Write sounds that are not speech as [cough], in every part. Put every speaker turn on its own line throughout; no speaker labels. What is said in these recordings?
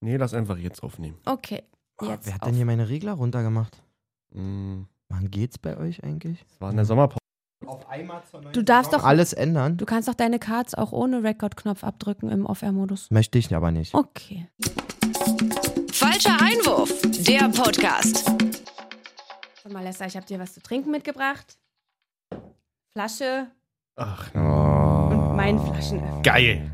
Nee, lass einfach jetzt aufnehmen.
Okay,
Oh,
jetzt
wer hat
auf.
denn hier meine Regler runtergemacht?
Mm,
Wann geht's bei euch eigentlich?
Es war in der Sommerpause.
Auf einmal zur
Du darfst doch,
Alles ändern?
du kannst doch deine Cards auch ohne Record-Knopf abdrücken im Off-Air-Modus.
Möchte ich aber nicht.
Okay.
Falscher Einwurf, der Podcast.
Sag mal, Lester, ich habe dir was zu trinken mitgebracht. Flasche
Ach,
und mein Flaschenöffner.
geil.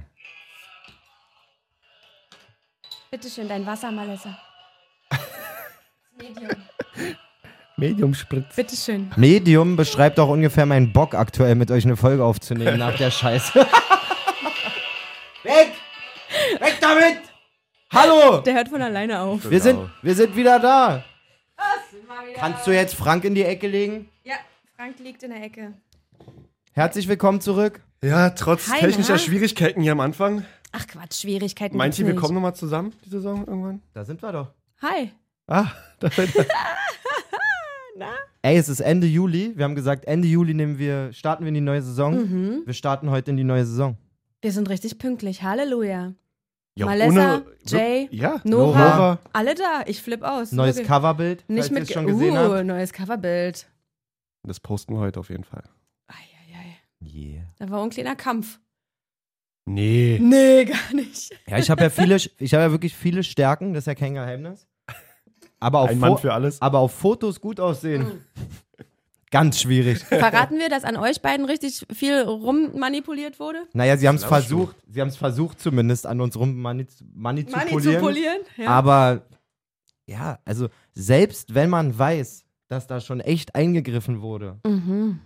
Bitte schön, dein Wasser, Malessa. Medium.
Medium Spritz.
Bitte schön.
Medium beschreibt auch ungefähr meinen Bock aktuell mit euch eine Folge aufzunehmen nach der [laughs] Scheiße. Weg! Weg damit! Hallo!
Der hört von alleine auf.
Wir sind, wir sind wieder da. Kannst du jetzt Frank in die Ecke legen?
Ja, Frank liegt in der Ecke.
Herzlich willkommen zurück.
Ja, trotz
Hi,
technischer
na?
Schwierigkeiten hier am Anfang.
Ach Quatsch, Schwierigkeiten.
Meint ihr, wir
gibt's
kommen nochmal zusammen die Saison irgendwann?
Da sind wir doch.
nicht. Hi.
[laughs]
Ah, da seid ihr.
Ey, es ist Ende Juli. Wir haben gesagt, Ende Juli nehmen wir, starten wir in die neue Saison.
Mhm.
Wir starten heute in die neue Saison.
Wir sind richtig pünktlich. Halleluja.
Ja,
Malessa, Jay,
Ja,
Nora,
Nora.
alle da. Ich flipp aus.
Neues
Wirklich.
Coverbild, falls
Nicht
ihr
mit
es schon gesehen habt.
uh, neues Coverbild.
Das posten wir heute auf jeden Fall.
Eieiei.
Yeah.
Da war ein kleiner
[laughs]
Kampf.
Nee.
Nee, gar nicht.
Ja, ich habe ja viele, ich habe ja wirklich viele Stärken, das ist ja kein Geheimnis. Aber auf,
Ein Mann
Fo-
für alles.
aber auf Fotos gut aussehen. Ganz schwierig.
Verraten wir, dass an euch beiden richtig viel rummanipuliert wurde?
Naja, sie haben es
Glaub ich
versucht. Sie haben es versucht zumindest an uns rum Money, Money,
Mani
zu polieren.
Ja.
Aber ja, also selbst wenn man weiß, dass da schon echt eingegriffen wurde.
Mhm.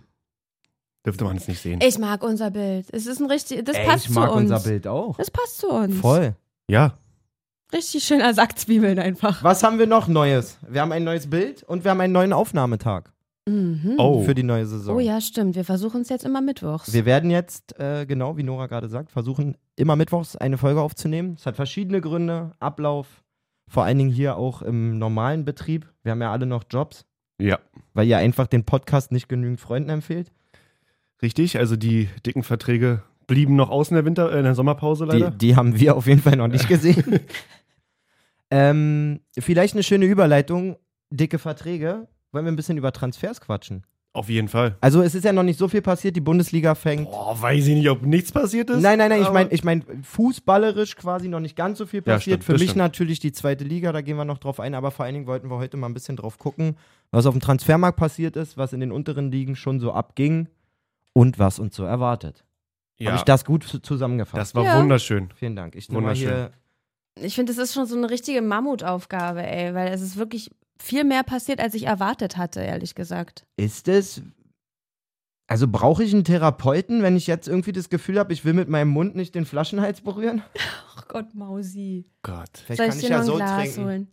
Dürfte man es nicht sehen.
Ich mag unser Bild. Es ist ein richtig, das
Ey,
passt
ich mag
zu uns.
unser Bild auch.
Das passt zu uns.
Voll.
Ja.
Richtig schöner Sack Zwiebeln einfach.
Was haben wir noch Neues? Wir haben ein neues Bild und wir haben einen neuen Aufnahmetag
Mhm.
Oh.
für die neue Saison.
Oh ja, stimmt. Wir versuchen es jetzt immer mittwochs.
Wir werden jetzt, äh, genau wie Nora gerade sagt, versuchen, immer mittwochs eine Folge aufzunehmen. Es hat verschiedene Gründe, Ablauf, vor allen Dingen hier auch im normalen Betrieb. Wir haben ja alle noch Jobs,
Ja.
weil ihr einfach den Podcast nicht genügend Freunden empfehlt.
Richtig, also die dicken Verträge blieben noch aus in der Winter, äh, in der Sommerpause leider.
Die, die haben wir auf jeden Fall noch nicht gesehen. ähm, vielleicht eine schöne Überleitung, dicke Verträge. Wollen wir ein bisschen über Transfers quatschen?
Auf jeden Fall.
Also es ist ja noch nicht so viel passiert, die Bundesliga fängt.
Boah, weiß ich nicht, ob nichts passiert ist.
Nein, nein, nein, ich
aber-
meine ich mein, fußballerisch quasi noch nicht ganz so viel
Ja,
passiert.
stimmt,
Für
das
mich
stimmt.
natürlich die zweite Liga, da gehen wir noch drauf ein, aber vor allen Dingen wollten wir heute mal ein bisschen drauf gucken, was auf dem Transfermarkt passiert ist, was in den unteren Ligen schon so abging und was uns so erwartet.
Ja,
Habe ich das gut zu- zusammengefasst?
das war
Ja.
wunderschön.
Vielen Dank. Ich nehme mal
Wunderschön.
hier
ich finde, das ist schon so eine richtige Mammutaufgabe, ey, weil es ist wirklich viel mehr passiert, als ich erwartet hatte, ehrlich gesagt.
Ist es. Also brauche ich einen Therapeuten, wenn ich jetzt irgendwie das Gefühl habe, ich will mit meinem Mund nicht den Flaschenhals berühren?
Ach Gott, Mausi.
Gott.
Vielleicht
Soll
kann
ich
ich,
dir
ja
noch ein
so
Glas
trinken.
holen?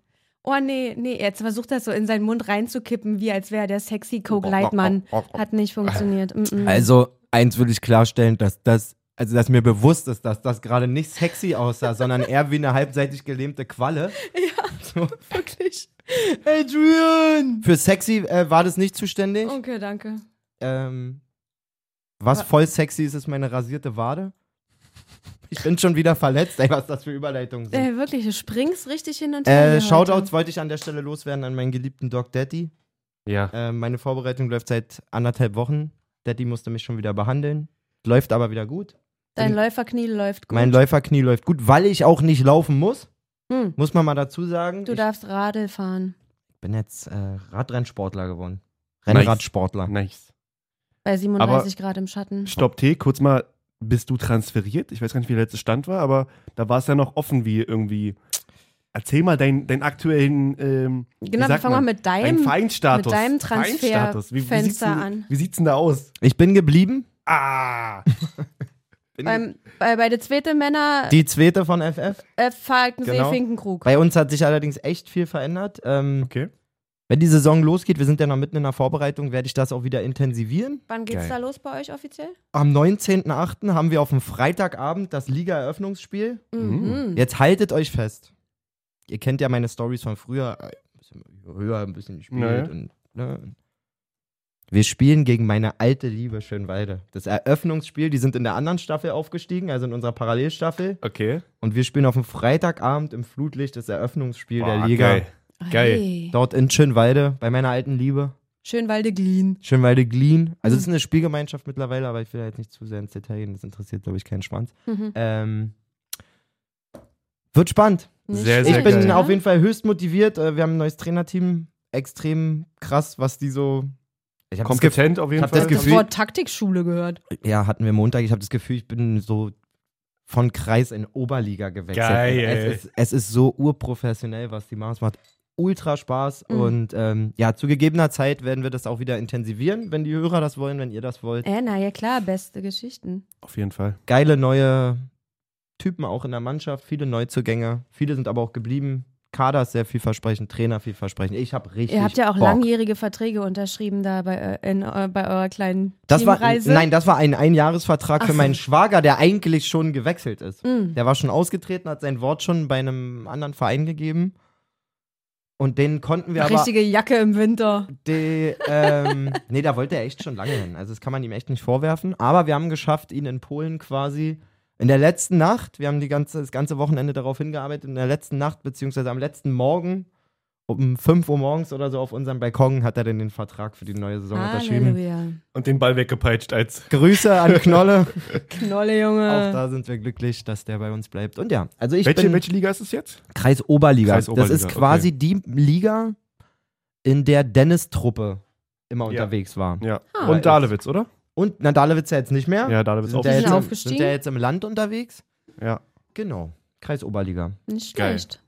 Oh nee, nee, jetzt versucht das so in seinen Mund reinzukippen, wie als wäre der
Oh,
sexy Coke Leitmann. Hat nicht funktioniert. Mm -mm. [laughs]
Also, eins will ich klarstellen, dass das, also dass mir bewusst ist, dass das gerade nicht sexy
[laughs]
aussah, sondern eher wie eine halbseitig gelähmte Qualle. [laughs]
wirklich.
Adrian! Für sexy äh, war das nicht zuständig.
Okay, Ah. danke.
Ähm, was voll sexy ist, ist meine rasierte Wade. Ich bin schon wieder verletzt, ey, was das für Überleitungen sind.
Äh, wirklich, du springst richtig hin und her. hier
Äh, Shoutouts
heute.
wollte ich an der Stelle loswerden an meinen geliebten Doc Daddy.
Ja.
Äh, meine Vorbereitung läuft seit anderthalb Wochen. Daddy musste mich schon wieder behandeln. Läuft aber wieder gut.
Dein Läuferknie läuft gut.
Mein Läuferknie läuft gut, weil ich auch nicht laufen muss.
Hm,
Muss man mal dazu sagen.
du darfst Radl fahren.
ich bin jetzt äh, Radrennsportler geworden.
Nice.
Rennradsportler.
Nice.
Bei 37 Grad im Schatten.
Stopp T, kurz mal, bist du transferiert? Ich weiß gar nicht, wie der letzte Stand war, aber da war es ja noch offen, wie irgendwie. Erzähl mal deinen, deinen aktuellen ähm,
Genau, wir
sagt
fangen mal
man?
mit
deinen
deinem
Feinstatus.
mit deinem
Feinstatus. Wie- wie
Transferfenster
sieht's denn-
an.
Wie sieht's denn da aus?
Ich bin geblieben.
[laughs] Ah!
Bin
Beim, bei, bei der zweiten Männer
die zweite von FF.
äh, Falkensee
Genau.
Finkenkrug.
Bei uns hat sich allerdings echt viel verändert. Ähm,
Okay.
Wenn die Saison losgeht, wir sind ja noch mitten in der Vorbereitung, werde ich das auch wieder intensivieren.
Wann geht's
Geil.
da los bei euch offiziell?
Am 19.08. haben wir auf dem Freitagabend das Liga-Eröffnungsspiel.
Mhm.
Jetzt haltet euch fest. Ihr kennt ja meine Stories von früher. äh, Ein bisschen höher, ein bisschen gespielt
Naja.
und ne, Wir spielen gegen meine alte Liebe Schönwalde. Das Eröffnungsspiel, die sind in der anderen Staffel aufgestiegen, also in unserer Parallelstaffel.
Okay.
Und wir spielen auf dem Freitagabend im Flutlicht das Eröffnungsspiel
Boah,
der Liga.
Geil. Geil.
Hey.
Dort in Schönwalde, bei meiner alten Liebe.
Schönwalde Glien.
Schönwalde Glien. Also, es ist eine Spielgemeinschaft mittlerweile, aber ich will da jetzt nicht zu sehr ins Detail gehen. Das interessiert, glaube ich, keinen Schwanz.
Mhm.
Ähm, wird spannend.
Nicht
Sehr, sehr
Ich
schlecht,
bin
geil.
ne?
auf jeden Fall höchst motiviert. Äh, Wir haben ein neues Trainerteam. Extrem krass, was die so. Ich hab das Gefühl-
Kompetent auf jeden
hab das
Fall.
Ich hab das
Gefühl-
Wort Taktikschule gehört.
Ja, hatten wir Montag. Ich habe das Gefühl, ich bin so von Kreis in Oberliga gewechselt. Also
Geil.
Es ist, es ist so urprofessionell, was die machen. Es macht ultra Spaß.
Mhm.
Und ähm, ja, zu gegebener Zeit werden wir das auch wieder intensivieren, wenn die Hörer das wollen, wenn ihr das wollt.
Äh, na ja klar, beste Geschichten.
auf jeden Fall.
Geile neue Typen auch in der Mannschaft, viele Neuzugänge. Viele sind aber auch geblieben. Kader ist sehr vielversprechend, Trainer vielversprechend. Ich habe richtig.
Ihr habt ja auch
Bock.
langjährige Verträge unterschrieben da bei, äh, in, äh, bei eurer kleinen
Das war,
Teamreise.
nein, das war ein Einjahresvertrag
Ach
für
so.
meinen Schwager, der eigentlich schon gewechselt ist.
Mm.
Der war schon ausgetreten, hat sein Wort schon bei einem anderen Verein gegeben. Und den konnten wir aber.
Richtige Jacke im Winter.
Die,
[laughs]
ähm, nee, da wollte er echt schon lange hin. Also, das kann man ihm echt nicht vorwerfen. Aber wir haben geschafft, ihn in Polen quasi in der letzten Nacht, wir haben die ganze, das ganze Wochenende darauf hingearbeitet, in der letzten Nacht, beziehungsweise am letzten Morgen, um 5 Uhr morgens oder so auf unserem Balkon, hat er dann den Vertrag für die neue Saison unterschrieben.
Halleluja.
Und den Ball weggepeitscht als.
Grüße an Knolle.
Knolle,
Auch
Junge.
da sind wir glücklich, dass der bei uns bleibt. Und ja, also ich
Welche,
bin
welche Liga ist es jetzt?
Kreis Oberliga.
Kreis Oberliga,
Das ist quasi die Liga, in der Dennis-Truppe immer
Ja.
unterwegs war.
Ja.
Ah.
Und Dalewitz, oder?
Und Nadalewitz ja jetzt nicht mehr.
Ja, Dalewitz auch.
ja
Die
jetzt
sind
im-
aufgestiegen.
Sind ja jetzt im Land unterwegs.
Ja.
Genau. Kreis Oberliga.
Nicht
Geil.
schlecht.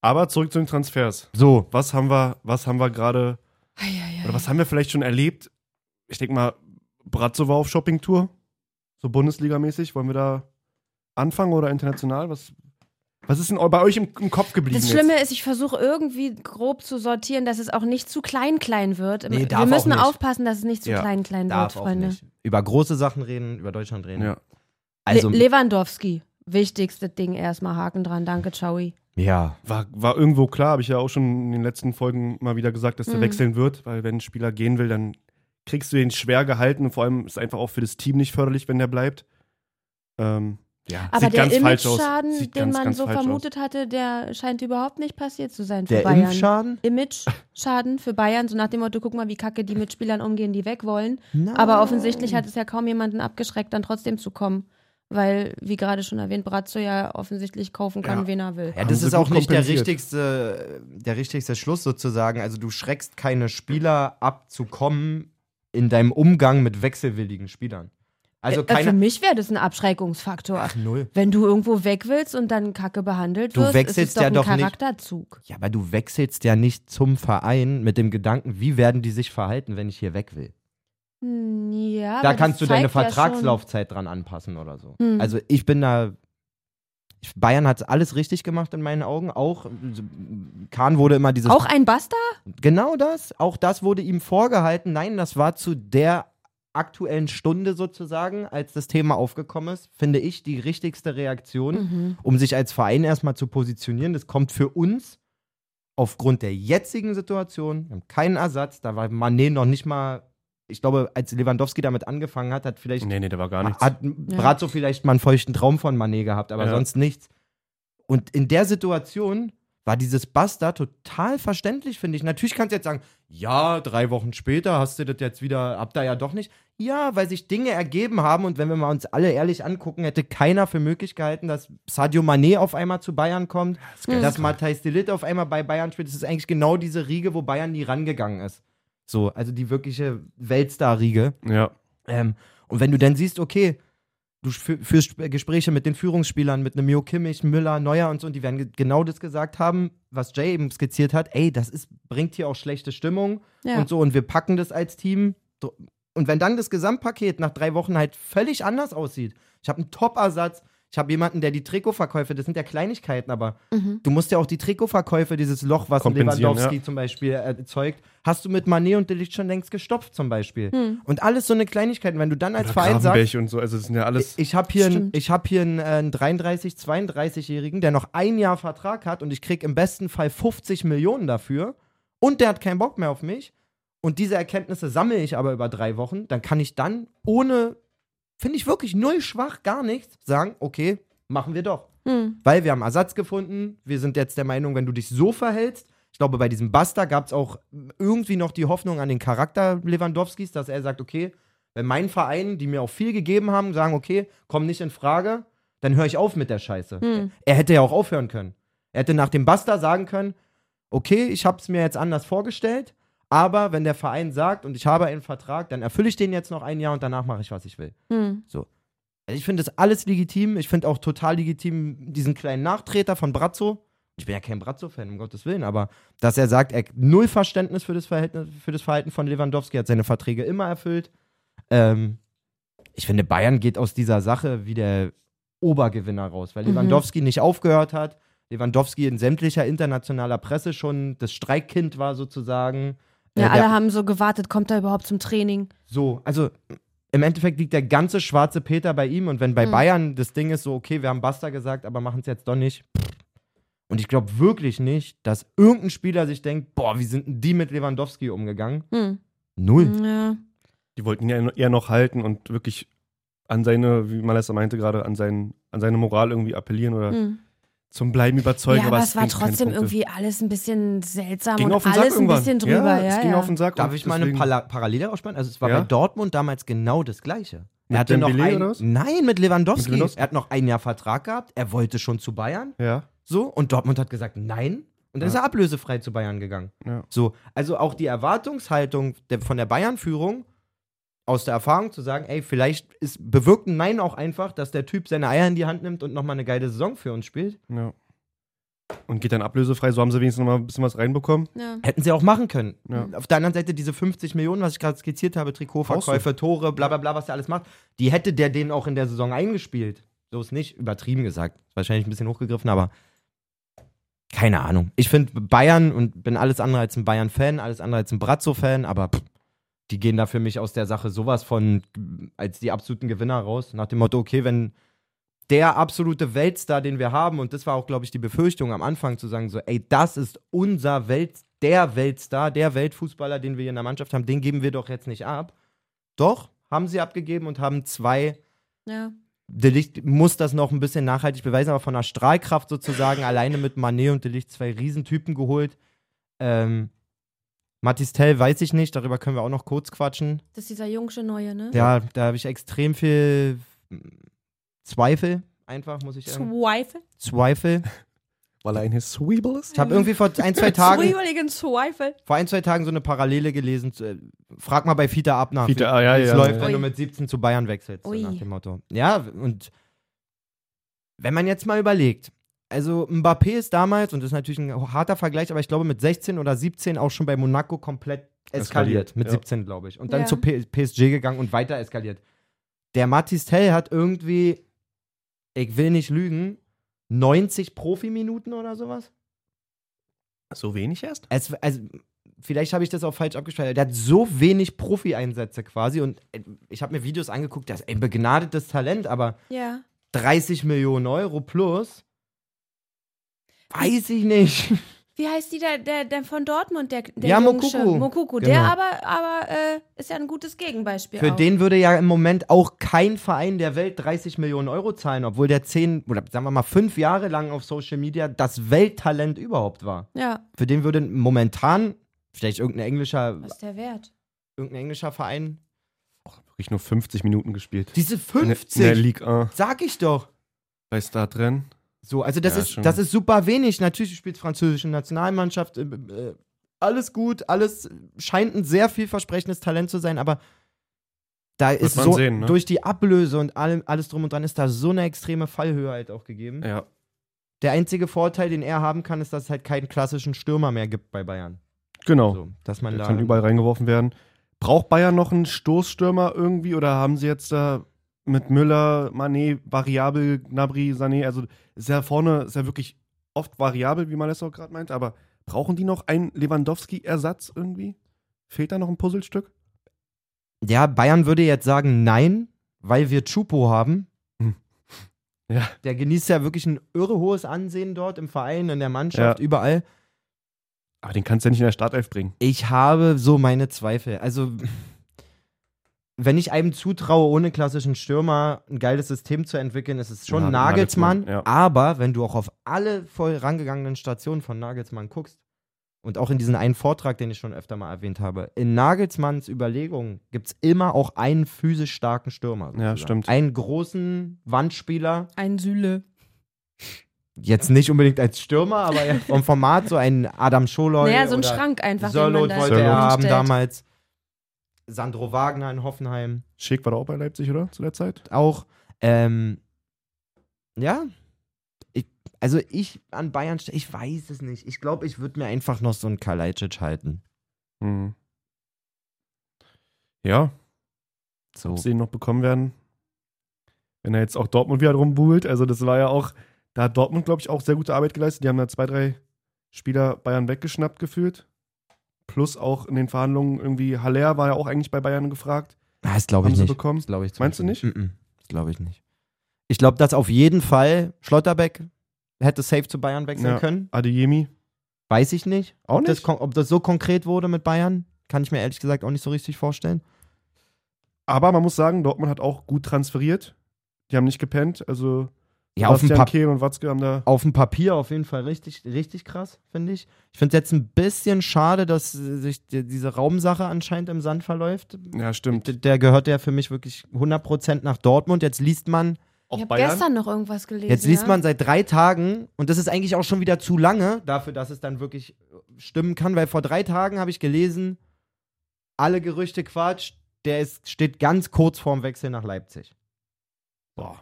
Aber zurück zu den Transfers.
So.
Was haben wir, was haben wir gerade, oder was haben wir vielleicht schon erlebt? Ich denke mal, Bratzo war auf Shoppingtour. So Bundesligamäßig. Wollen wir da anfangen oder international? Was, was ist denn bei euch im, im Kopf geblieben?
Das Schlimme ist, ich versuche irgendwie grob zu sortieren, dass es auch nicht zu klein-klein wird.
Nee, darf
wir müssen
auch nicht.
aufpassen, dass es nicht zu
Ja,
klein-klein wird,
Darf auch
Freunde.
nicht. Über große Sachen reden, über Deutschland reden.
jetzt? Ja.
Also,
Le Lewandowski. Wichtigste Ding erstmal. Haken dran. Danke, Ciao.
ja.
War, war irgendwo klar, habe ich ja auch schon in den letzten Folgen mal wieder gesagt, dass der
Mhm.
wechseln wird, weil wenn ein Spieler gehen will, dann kriegst du den schwer gehalten und vor allem ist einfach auch für das Team nicht förderlich, wenn der bleibt. Ähm, ja,
Aber
sieht
der
ganz falsch aus.
Image-Schaden, den
Sieht ganz,
man
ganz
so
falsch
vermutet hatte, der scheint überhaupt nicht passiert zu sein für
Der
Bayern.
Impfschaden?
Image-Schaden für Bayern, so nach dem Motto, guck mal, wie kacke die mit Spielern umgehen, die weg wollen.
Nein.
Aber offensichtlich hat es ja kaum jemanden abgeschreckt, dann trotzdem zu kommen. Weil, wie gerade schon erwähnt, Brazzo ja offensisch kaufen kann,
Ja.
wen er will.
Ja,
Haben
das
sie
ist auch
gut
nicht der
kompensiert.
richtigste, der richtigste Schluss sozusagen. Also du schreckst keine Spieler ab zu kommen in deinem Umgang mit wechselwilligen Spielern. Also
Äh, für
keine
mich wäre das ein Abschreckungsfaktor.
null.
Wenn du irgendwo weg willst und dann kacke behandelt
Du
wirst, ist es
wechselst
doch
ja
ein
doch nicht-
Charakterzug.
Ja, aber du wechselst ja nicht zum Verein mit dem Gedanken, wie werden die sich verhalten, wenn ich hier weg will.
Hm, Ja,
da
aber
kannst du
das
deine
zeigt ja schon-
Vertragslaufzeit dran anpassen oder so.
Hm.
Also ich bin da. ich- Bayern hat alles richtig gemacht in meinen Augen. Auch äh, Kahn wurde immer dieses
Auch ein Basta?
Genau das. Auch das wurde ihm vorgehalten. Nein, das war zu der aktuellen Stunde sozusagen, als das Thema aufgekommen ist, finde ich die richtigste Reaktion,
Mhm.
um sich als Verein erstmal zu positionieren. Das kommt für uns aufgrund der jetzigen Situation. Wir haben keinen Ersatz. Da war Mané noch nicht mal, ich glaube, als Lewandowski damit angefangen hat, hat vielleicht
aus. Nee, nee, da war gar nichts.
hat Brazzo vielleicht mal einen feuchten Traum von Manet gehabt, aber
Ja.
sonst nichts. Und in der Situation war dieses Basta total verständlich, finde ich. Natürlich kannst du jetzt sagen, ja, drei Wochen später hast du das jetzt wieder, habt ihr ja doch nicht. Ja, weil sich Dinge ergeben haben und wenn wir mal uns alle ehrlich angucken, hätte keiner für möglich gehalten, dass Sadio Mané auf einmal zu Bayern kommt, dass Matthijs Delitt auf einmal bei Bayern spielt. Das ist eigentlich genau diese Riege, wo Bayern nie rangegangen ist. So, also die wirkliche Weltstar-Riege.
ja.
Ähm, und wenn du dann siehst, okay, du fü- führst Sp- Gespräche mit den Führungsspielern, mit einem Jo Kimmich, Müller, Neuer und so, und die werden ge genau das gesagt haben, was Jay eben skizziert hat, ey, das ist, bringt hier auch schlechte Stimmung
Ja.
und so, und wir packen das als Team. So. Und wenn dann das Gesamtpaket nach drei Wochen halt völlig anders aussieht, ich habe einen Top-Ersatz, ich habe jemanden, der die Trikotverkäufe, das sind ja Kleinigkeiten, aber
Mhm.
du musst ja auch die Trikotverkäufe, dieses Loch, was ein
Kompensieren,
Lewandowski zum Beispiel erzeugt, hast du mit Manet und Delicht schon längst gestopft zum Beispiel.
Hm.
Und alles so eine Kleinigkeiten, wenn du dann als
Oder
Verein sagst,
Gravenberch und so, also es sind ja alles.
ich habe hier, einen-
Stimmt.
ich hab hier einen, äh, einen 33, 32-Jährigen, der noch ein Jahr Vertrag hat und ich krieg im besten Fall 50 Millionen dafür und der hat keinen Bock mehr auf mich und diese Erkenntnisse sammle ich aber über drei Wochen, dann kann ich dann ohne, finde ich wirklich null schwach, gar nichts, sagen, okay, machen wir doch.
Hm.
Weil wir haben Ersatz gefunden, wir sind jetzt der Meinung, wenn du dich so verhältst, ich glaube, bei diesem Basta gab es auch irgendwie noch die Hoffnung an den Charakter Lewandowskis, dass er sagt, okay, wenn mein Verein, die mir auch viel gegeben haben, sagen, okay, komm nicht in Frage, dann höre ich auf mit der Scheiße.
Hm.
Er hätte ja auch aufhören können. Er hätte nach dem Basta sagen können, okay, ich habe es mir jetzt anders vorgestellt, aber wenn der Verein sagt und ich habe einen Vertrag, dann erfülle ich den jetzt noch ein Jahr und danach mache ich, was ich will.
Hm.
Also ich finde das alles legitim. Ich finde auch total legitim diesen kleinen Nachtreter von Brazzo. Ich bin ja kein Brazzo-Fan, um Gottes Willen, aber dass er sagt, er null Verständnis für das, Verhältnis, für das Verhalten von Lewandowski, hat seine Verträge immer erfüllt. Ähm, ich finde, Bayern geht aus dieser Sache wie der Obergewinner raus, weil
Mhm.
Lewandowski nicht aufgehört hat. Lewandowski in sämtlicher internationaler Presse schon das Streikkind war sozusagen. Äh,
Ja,
der-
alle haben so gewartet, kommt er überhaupt zum Training?
so, also im Endeffekt liegt der ganze schwarze Peter bei ihm und wenn bei
Mhm.
Bayern das Ding ist so, okay, wir haben Basta gesagt, aber machen es jetzt doch nicht. Und ich glaube wirklich nicht, dass irgendein Spieler sich denkt, boah, wie sind denn die mit Lewandowski umgegangen?
Hm.
Null.
Ja.
Die wollten ihn ja eher noch halten und wirklich an seine, wie Malessa meinte gerade, an, seinen, an seine Moral irgendwie appellieren oder
Hm.
zum Bleiben überzeugen.
ja, aber es war
bringt keine
trotzdem
Punkte.
irgendwie alles ein bisschen seltsam
ging
und
auf den
alles
Sack
ein
irgendwann.
bisschen drüber. Ja,
es
ja,
ging auf den Sack.
Darf
und
ich mal eine
deswegen-
Pala Parallele ausspannen? Also es war
Ja.
bei Dortmund damals genau das Gleiche.
Mit
er hatte noch
Dembele
ein,
oder was?
Nein, mit Lewandowski.
Mit Lewandowski.
Er hat noch ein Jahr Vertrag gehabt, er wollte schon zu Bayern.
Ja,
So, und Dortmund hat gesagt, nein. Und
Ja.
dann ist er ablösefrei zu Bayern gegangen.
Ja.
So, also auch die Erwartungshaltung der, von der Bayern-Führung aus der Erfahrung zu sagen, ey, vielleicht ist, bewirkt ein Nein auch einfach, dass der Typ seine Eier in die Hand nimmt und nochmal eine geile Saison für uns spielt.
ja. Und geht dann ablösefrei, so haben sie wenigstens noch mal ein bisschen was reinbekommen.
ja.
Hätten sie auch machen können.
Ja.
Auf der anderen Seite diese 50 Millionen, was ich gerade skizziert habe, Trikotverkäufe, Tore, bla bla bla, was der alles macht, die hätte der denen auch in der Saison eingespielt. So ist nicht übertrieben gesagt. Wahrscheinlich ein bisschen hochgegriffen, aber keine Ahnung. Ich finde Bayern und bin alles andere als ein Bayern-Fan, alles andere als ein Brazzo-Fan, aber pff, die gehen da für mich aus der Sache sowas von mm, als die absoluten Gewinner raus. Nach dem Motto, okay, wenn der absolute Weltstar, den wir haben, und das war auch, glaube ich, die Befürchtung am Anfang zu sagen, so, ey, das ist unser Welt, der Weltstar, der Weltfußballer, den wir hier in der Mannschaft haben, den geben wir doch jetzt nicht ab. Doch, haben sie abgegeben und haben zwei,
ja.
Delicht muss das noch ein bisschen nachhaltig beweisen, aber von der Strahlkraft sozusagen, alleine mit Manet und Delicht zwei Riesentypen geholt. Ähm, Mathis Tell weiß ich nicht, darüber können wir auch noch kurz quatschen.
Das ist dieser jungsche Neue, ne?
Ja, da habe ich extrem viel mm, Zweifel, einfach, muss ich sagen.
Zweifel.
Zweifel.
Weil er ein Hisweeble ist?
Ich habe irgendwie vor
[laughs]
ein, zwei Tagen,
Zwiebeligen Zweifel.
vor ein, zwei Tagen so eine Parallele gelesen. zu- äh, Frag mal bei Fita ab nach.
Fiete, ah, ja,
wie es
ja.
läuft,
ja.
wenn du
Ui.
mit 17 zu Bayern wechselst, so
Ui.
nach dem Motto. Ja, und wenn man jetzt mal überlegt, also Mbappé ist damals, und das ist natürlich ein harter Vergleich, aber ich glaube mit 16 oder 17 auch schon bei Monaco komplett eskaliert.
Eskaliert,
mit
ja.
17, glaube ich. Und dann
Ja.
zu P PSG gegangen und weiter eskaliert. Der Mathis Tell hat irgendwie, ich will nicht lügen, 90 Profiminuten oder sowas?
So wenig erst?
Es, also, vielleicht habe ich das auch falsch abgespeichert. Der hat so wenig Profi-Einsätze quasi und äh, ich habe mir Videos angeguckt, das ist ein begnadetes Talent, aber
Ja.
30 Millionen Euro plus. Weiß ich nicht.
Wie heißt die der, der, der von Dortmund, der, der
Ja,
Jungsche?
Mokuku.
Mokuku.
Genau.
Der aber, aber äh, ist ja ein gutes Gegenbeispiel.
Für
auch.
den würde ja im Moment auch kein Verein der Welt 30 Millionen Euro zahlen, obwohl der 10 oder sagen wir mal 5 Jahre lang auf Social Media das Welttalent überhaupt war.
Ja,
Für den würde momentan vielleicht irgendein englischer,
was ist der wert?
irgendein englischer Verein.
Wirklich nur 50 Minuten gespielt.
Diese
In der- In der
50,
League 1
sag ich doch.
bei Startrennen.
So, also das,
Ja,
ist,
schon.
das ist super wenig. Natürlich spielt französische Nationalmannschaft. äh, äh, Alles gut, alles scheint ein sehr vielversprechendes Talent zu sein, aber da ist
man
so,
sehen, ne?
durch die Ablöse und allem, alles drum und dran ist da so eine extreme Fallhöhe halt auch gegeben.
Ja.
Der einzige Vorteil, den er haben kann, ist, dass es halt keinen klassischen Stürmer mehr gibt bei Bayern.
Genau.
So, dass man
Der
da.
kann überall reingeworfen werden. Braucht Bayern noch einen Stoßstürmer irgendwie oder haben sie jetzt da mit Müller, Mané, variabel, Gnabry, Sané, also ist ja vorne, ist ja wirklich oft variabel, wie man das auch gerade meint, aber brauchen die noch einen Lewandowski-Ersatz irgendwie? Fehlt da noch ein Puzzlestück?
Ja, Bayern würde jetzt sagen, nein, weil wir Chupo haben.
Hm. Ja.
Der genießt ja wirklich ein irre hohes Ansehen dort im Verein, in der Mannschaft, überall.
Aber den kannst du ja nicht in der Startelf bringen.
Ich habe so meine Zweifel. Also, wenn ich einem zutraue, ohne klassischen Stürmer ein geiles System zu entwickeln, ist es schon
Ja,
Nagelsmann.
Nagelsmann, ja.
Aber wenn du auch auf alle vorangegangenen Stationen von Nagelsmann guckst und auch in diesen einen Vortrag, den ich schon öfter mal erwähnt habe, in Nagelsmanns Überlegungen gibt es immer auch einen physisch starken Stürmer. sozusagen.
stimmt.
Einen großen Wandspieler,
Ein Süle.
jetzt nicht unbedingt als Stürmer, aber ja vom Format so einen Adam Scholoi.
Naja, so ein
oder
Schrank einfach. den man
Sörloth
da
wollte
Sörloth.
er haben
hinstellt.
damals. Sandro Wagner in Hoffenheim
Schick war da auch bei Leipzig, oder? Zu der Zeit?
auch. Ähm, ja. Ich, also ich an Bayern, ste- ich weiß es nicht. Ich glaube, ich würde mir einfach noch so einen Kalajdzic halten.
Mhm. Ja,
So.
ob sie ihn noch bekommen werden. Wenn er jetzt auch Dortmund wieder rumbuhlt. Also, das war ja auch, da hat Dortmund, glaube ich, auch sehr gute Arbeit geleistet. Die haben da zwei, drei Spieler Bayern weggeschnappt gefühlt. Plus auch in den Verhandlungen irgendwie, Haller war ja auch eigentlich bei Bayern gefragt.
Ah, das glaube
Haben
ich
sie
nicht.
bekommen?
Das glaub ich zum
Meinst du
Beispiel Das glaube ich nicht. Ich glaube, dass auf jeden Fall Schlotterbeck hätte safe zu Bayern wechseln
Ja.
können.
Adeyemi.
Weiß ich nicht.
Auch
ob, Das,
nicht?
kon- ob das so konkret wurde mit Bayern, kann ich mir ehrlich gesagt auch nicht so richtig vorstellen.
Aber man muss sagen, Dortmund hat auch gut transferiert. Die haben nicht gepennt. Also,
Ja, auf dem,
Sebastian
Pap
Kehl und Watzke haben da.
auf dem Papier auf jeden Fall richtig, richtig krass, finde ich. Ich finde es jetzt ein bisschen schade, dass äh, sich die, diese Raumsache anscheinend im Sand verläuft.
Ja,
D
stimmt.
der gehört ja für mich wirklich 100% nach Dortmund. Jetzt liest man,
Ich habe gestern noch irgendwas gelesen. ne?
jetzt liest
ja?
man seit drei Tagen und das ist eigentlich auch schon wieder zu lange dafür, dass es dann wirklich äh, stimmen kann, weil vor drei Tagen habe ich gelesen, alle Gerüchte Quatsch, der ist, steht ganz kurz vorm Wechsel nach Leipzig.
Boah.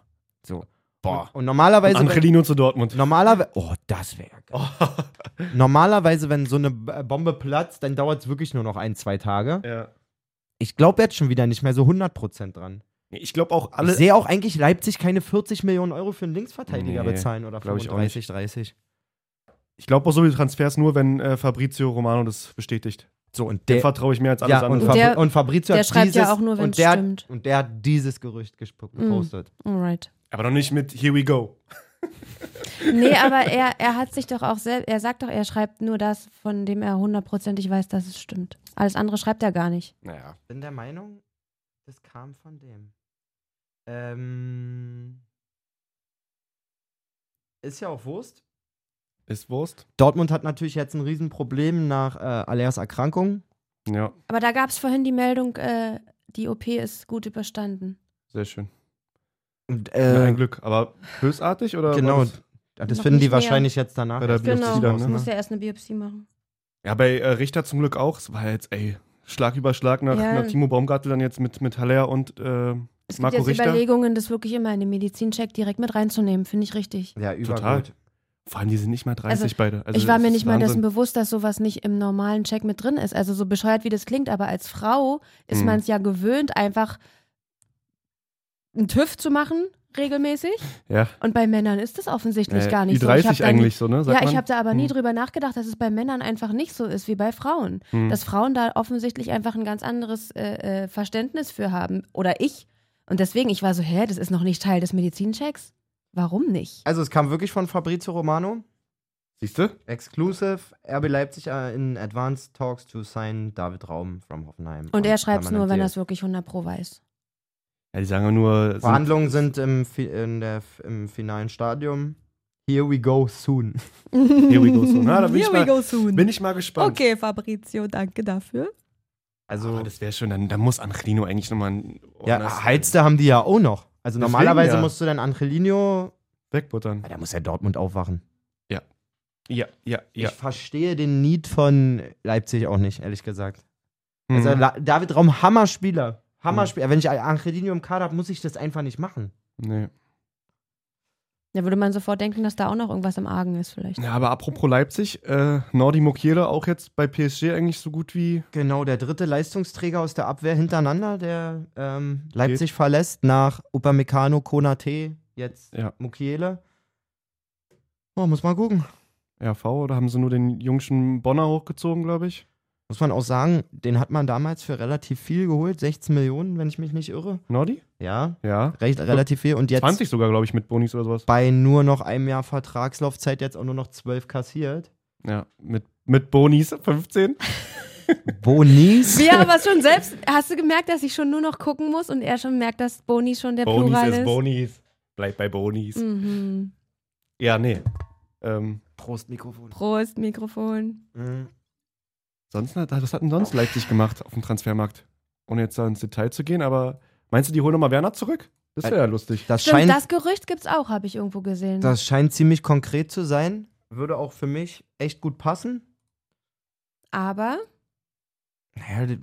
So.
Boah.
Und normalerweise.
Angelino zu Dortmund. [laughs]
Normalerweise. Oh, das wäre. Normalerweise, wenn so eine B- Bombe platzt, dann dauert es wirklich nur noch ein, zwei Tage.
Ja.
Ich glaube jetzt schon wieder nicht mehr so 100% dran.
Ich glaube auch
Ich
alle.
sehe auch eigentlich Leipzig keine 40 Millionen Euro für einen Linksverteidiger
Nee,
bezahlen oder
glaub ich auch
35, 30.
Ich glaube auch so die Transfers nur, wenn äh, Fabrizio Romano das bestätigt.
So, und
Dem
der.
vertraue ich mehr als alles
Ja, und,
andere.
Fab-
Fabri
Der-
und Fabrizio
der
hat
schreibt ja
dieses,
auch nur, wenn
und
es
der,
stimmt. Mhm.
Und der hat dieses Gerücht gesp- gepostet.
Alright.
Aber noch nicht mit Here we go.
[laughs]
Nee, aber er, er hat sich doch auch selbst, er sagt doch, er schreibt nur das, von dem er hundertprozentig weiß, dass es stimmt. Alles andere schreibt er gar nicht.
Naja.
Bin der Meinung, das kam von dem. Ähm. Ist ja auch Wurst.
Ist Wurst?
Dortmund hat natürlich jetzt ein Riesenproblem nach äh, Alers Erkrankung.
Ja,
Aber da gab es vorhin die Meldung, äh, die OP ist gut überstanden.
sehr schön.
Und,
Ja,
äh,
ein Glück. Aber bösartig oder?
Genau.
war das-
das
Noch
finden die
nicht mehr.
wahrscheinlich jetzt danach.
Bei der
erst
Biopsie
Genau.
dann,
raus,
ne?
Muss ja erst eine Biopsie machen.
Ja, bei äh, Richter zum Glück auch. Es war ja jetzt, ey, Schlag über Schlag nach,
Ja.
nach Timo Baumgartel, dann jetzt mit, mit Haller und äh,
Es gibt
Marco
jetzt
Richter.
Überlegungen, das wirklich immer in den Medizincheck direkt mit reinzunehmen, finde ich richtig.
Ja, übergut.
Total. Vor allem, die sind nicht mal 30
Also,
beide. Also,
ich war
das
mir
ist
nicht mal dessen
Wahnsinn.
bewusst, dass sowas nicht im normalen Check mit drin ist. Also so bescheuert wie das klingt, aber als Frau ist
Mhm.
man es ja gewöhnt, einfach einen TÜV zu machen regelmäßig.
Ja.
Und bei Männern ist das offensichtlich
Äh,
gar nicht
die
so. Ich
30
hab da nie-
eigentlich so, ne? Sagt
ja,
man?
ich habe da aber nie
Hm.
drüber nachgedacht, dass es bei Männern einfach nicht so ist wie bei Frauen.
Hm.
Dass Frauen da offensichtlich einfach ein ganz anderes äh, äh, Verständnis für haben. Oder ich. Und deswegen, ich war so, hä, das ist noch nicht Teil des Medizinchecks? Warum nicht?
Also es kam wirklich von Fabrizio Romano.
Siehst du?
Exclusive RB Leipzig äh, in Advanced Talks to sign David Raum from Hoffenheim.
Und er schreibt es
halt
nur, wenn er
permanent
es wirklich 100 Pro weiß.
Ja, die sagen ja nur.
deal.
sind-
Verhandlungen sind im, fi- in der, f- im finalen Stadium. Here we go soon. [laughs]
Here we go
[laughs]
soon. Na, da bin ich mal-
go soon.
Bin ich mal gespannt.
Fabrizio, danke dafür.
Also
Aber Ah, das wäre schon, dann, dann muss Angelino eigentlich nochmal ein
ja, Heizte haben die ja auch noch. Also
Deswegen
normalerweise
ja.
musst du dann Angelino.
wegbuttern.
Da muss ja Dortmund aufwachen.
Ja, ja, ja.
Ich verstehe den Need von Leipzig auch nicht, ehrlich gesagt.
Hm.
Also La David Raum, Hammerspieler. Hammerspieler. Wenn ich Angelino im Kader habe, muss ich das einfach nicht machen.
nee.
Da würde man sofort denken, dass da auch noch irgendwas im Argen ist, vielleicht.
Ja, aber apropos Leipzig, äh, Nordi Mokiele auch jetzt bei PSG eigentlich so gut wie.
Genau, der dritte Leistungsträger aus der Abwehr hintereinander, der ähm, Leipzig verlässt nach Upamecano, Konate, jetzt
Ja.
Mukiele. Oh, muss man gucken.
RV oder haben sie nur den jungschen Bonner hochgezogen, glaube ich?
Muss man auch sagen, den hat man damals für relativ viel geholt, 16 Millionen, wenn ich mich nicht irre.
Nordi?
Ja,
Ja.
recht, relativ viel. Und jetzt
20 sogar, glaube ich, mit Bonis oder sowas.
bei nur noch einem Jahr Vertragslaufzeit jetzt auch nur noch 12 kassiert.
Ja, mit, mit Bonis 15.
Bonis?
[laughs] Ja, aber schon selbst. Hast du gemerkt, dass ich schon nur noch gucken muss und er schon merkt, dass Boni schon der Plural ist?
Bonis. Bleib bei Bonis.
Mhm.
Ja, nee. Ähm,
Prost, Mikrofon. Mhm.
Prost, Mikrofon.
sonst, hat- was hat denn sonst Leipzig gemacht auf dem Transfermarkt? Ohne jetzt da ins Detail zu gehen, aber meinst du, die holen nochmal Werner zurück? Das wäre ja lustig.
Das
Stimmt,
scheint, das,
das Gerücht gibt's auch, habe ich irgendwo gesehen.
scheint ziemlich konkret zu sein. Würde auch für mich echt gut passen.
aber
Naja, die-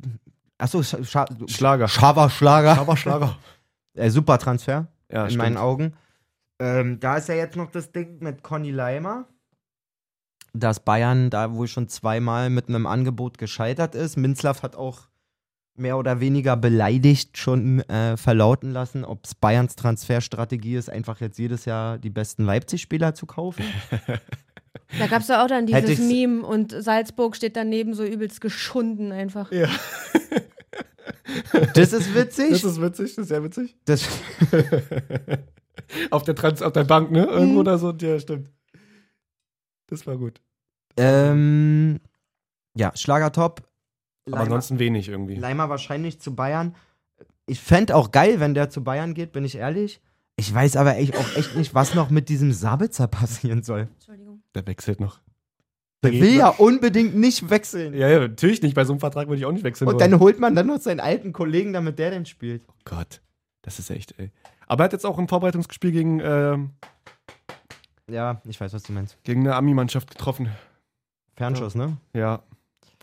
achso, Scha Scha
Schlager.
Schaber Schlager.
Aber Schlager.
[laughs] Äh, super Transfer,
Ja,
in
stimmt.
meinen Augen. Ähm, da ist ja jetzt noch das Ding mit Conny Leimer. Dass Bayern da wohl schon zweimal mit einem Angebot gescheitert ist. Minzlaff hat auch mehr oder weniger beleidigt schon äh, verlauten lassen, ob es Bayerns Transferstrategie ist, einfach jetzt jedes Jahr die besten Leipzig-Spieler
[laughs]
zu kaufen.
da gab's doch auch dann
Hätte
dieses
ich's-
Meme und Salzburg steht daneben so übelst geschunden einfach.
Ja.
Das ist witzig.
Das ist witzig, das ist sehr witzig. [laughs]
Das- [laughs]
auf, der Trans auf der Bank, ne? Irgendwo
Mhm.
da so. Ja, stimmt. Das war gut.
ähm, ja, Schlagertop.
Aber ansonsten wenig irgendwie.
Leimer wahrscheinlich zu Bayern. Ich fände auch geil, wenn der zu Bayern geht, bin ich ehrlich. Ich weiß aber echt auch echt nicht, was noch mit diesem Sabitzer passieren soll.
Entschuldigung.
Der wechselt noch.
Der
geht
will
noch.
ja unbedingt nicht wechseln.
Ja, ja, natürlich nicht. Bei so einem Vertrag würde ich auch nicht wechseln.
Und
wollen.
dann holt man dann noch seinen alten Kollegen, damit der denn spielt.
Gott, das ist echt, ey. Aber er hat jetzt auch im Vorbereitungsspiel gegen, ähm,
Ja, ich weiß, was du meinst.
gegen eine Ami-Mannschaft getroffen.
Fernschuss, ne?
Ja,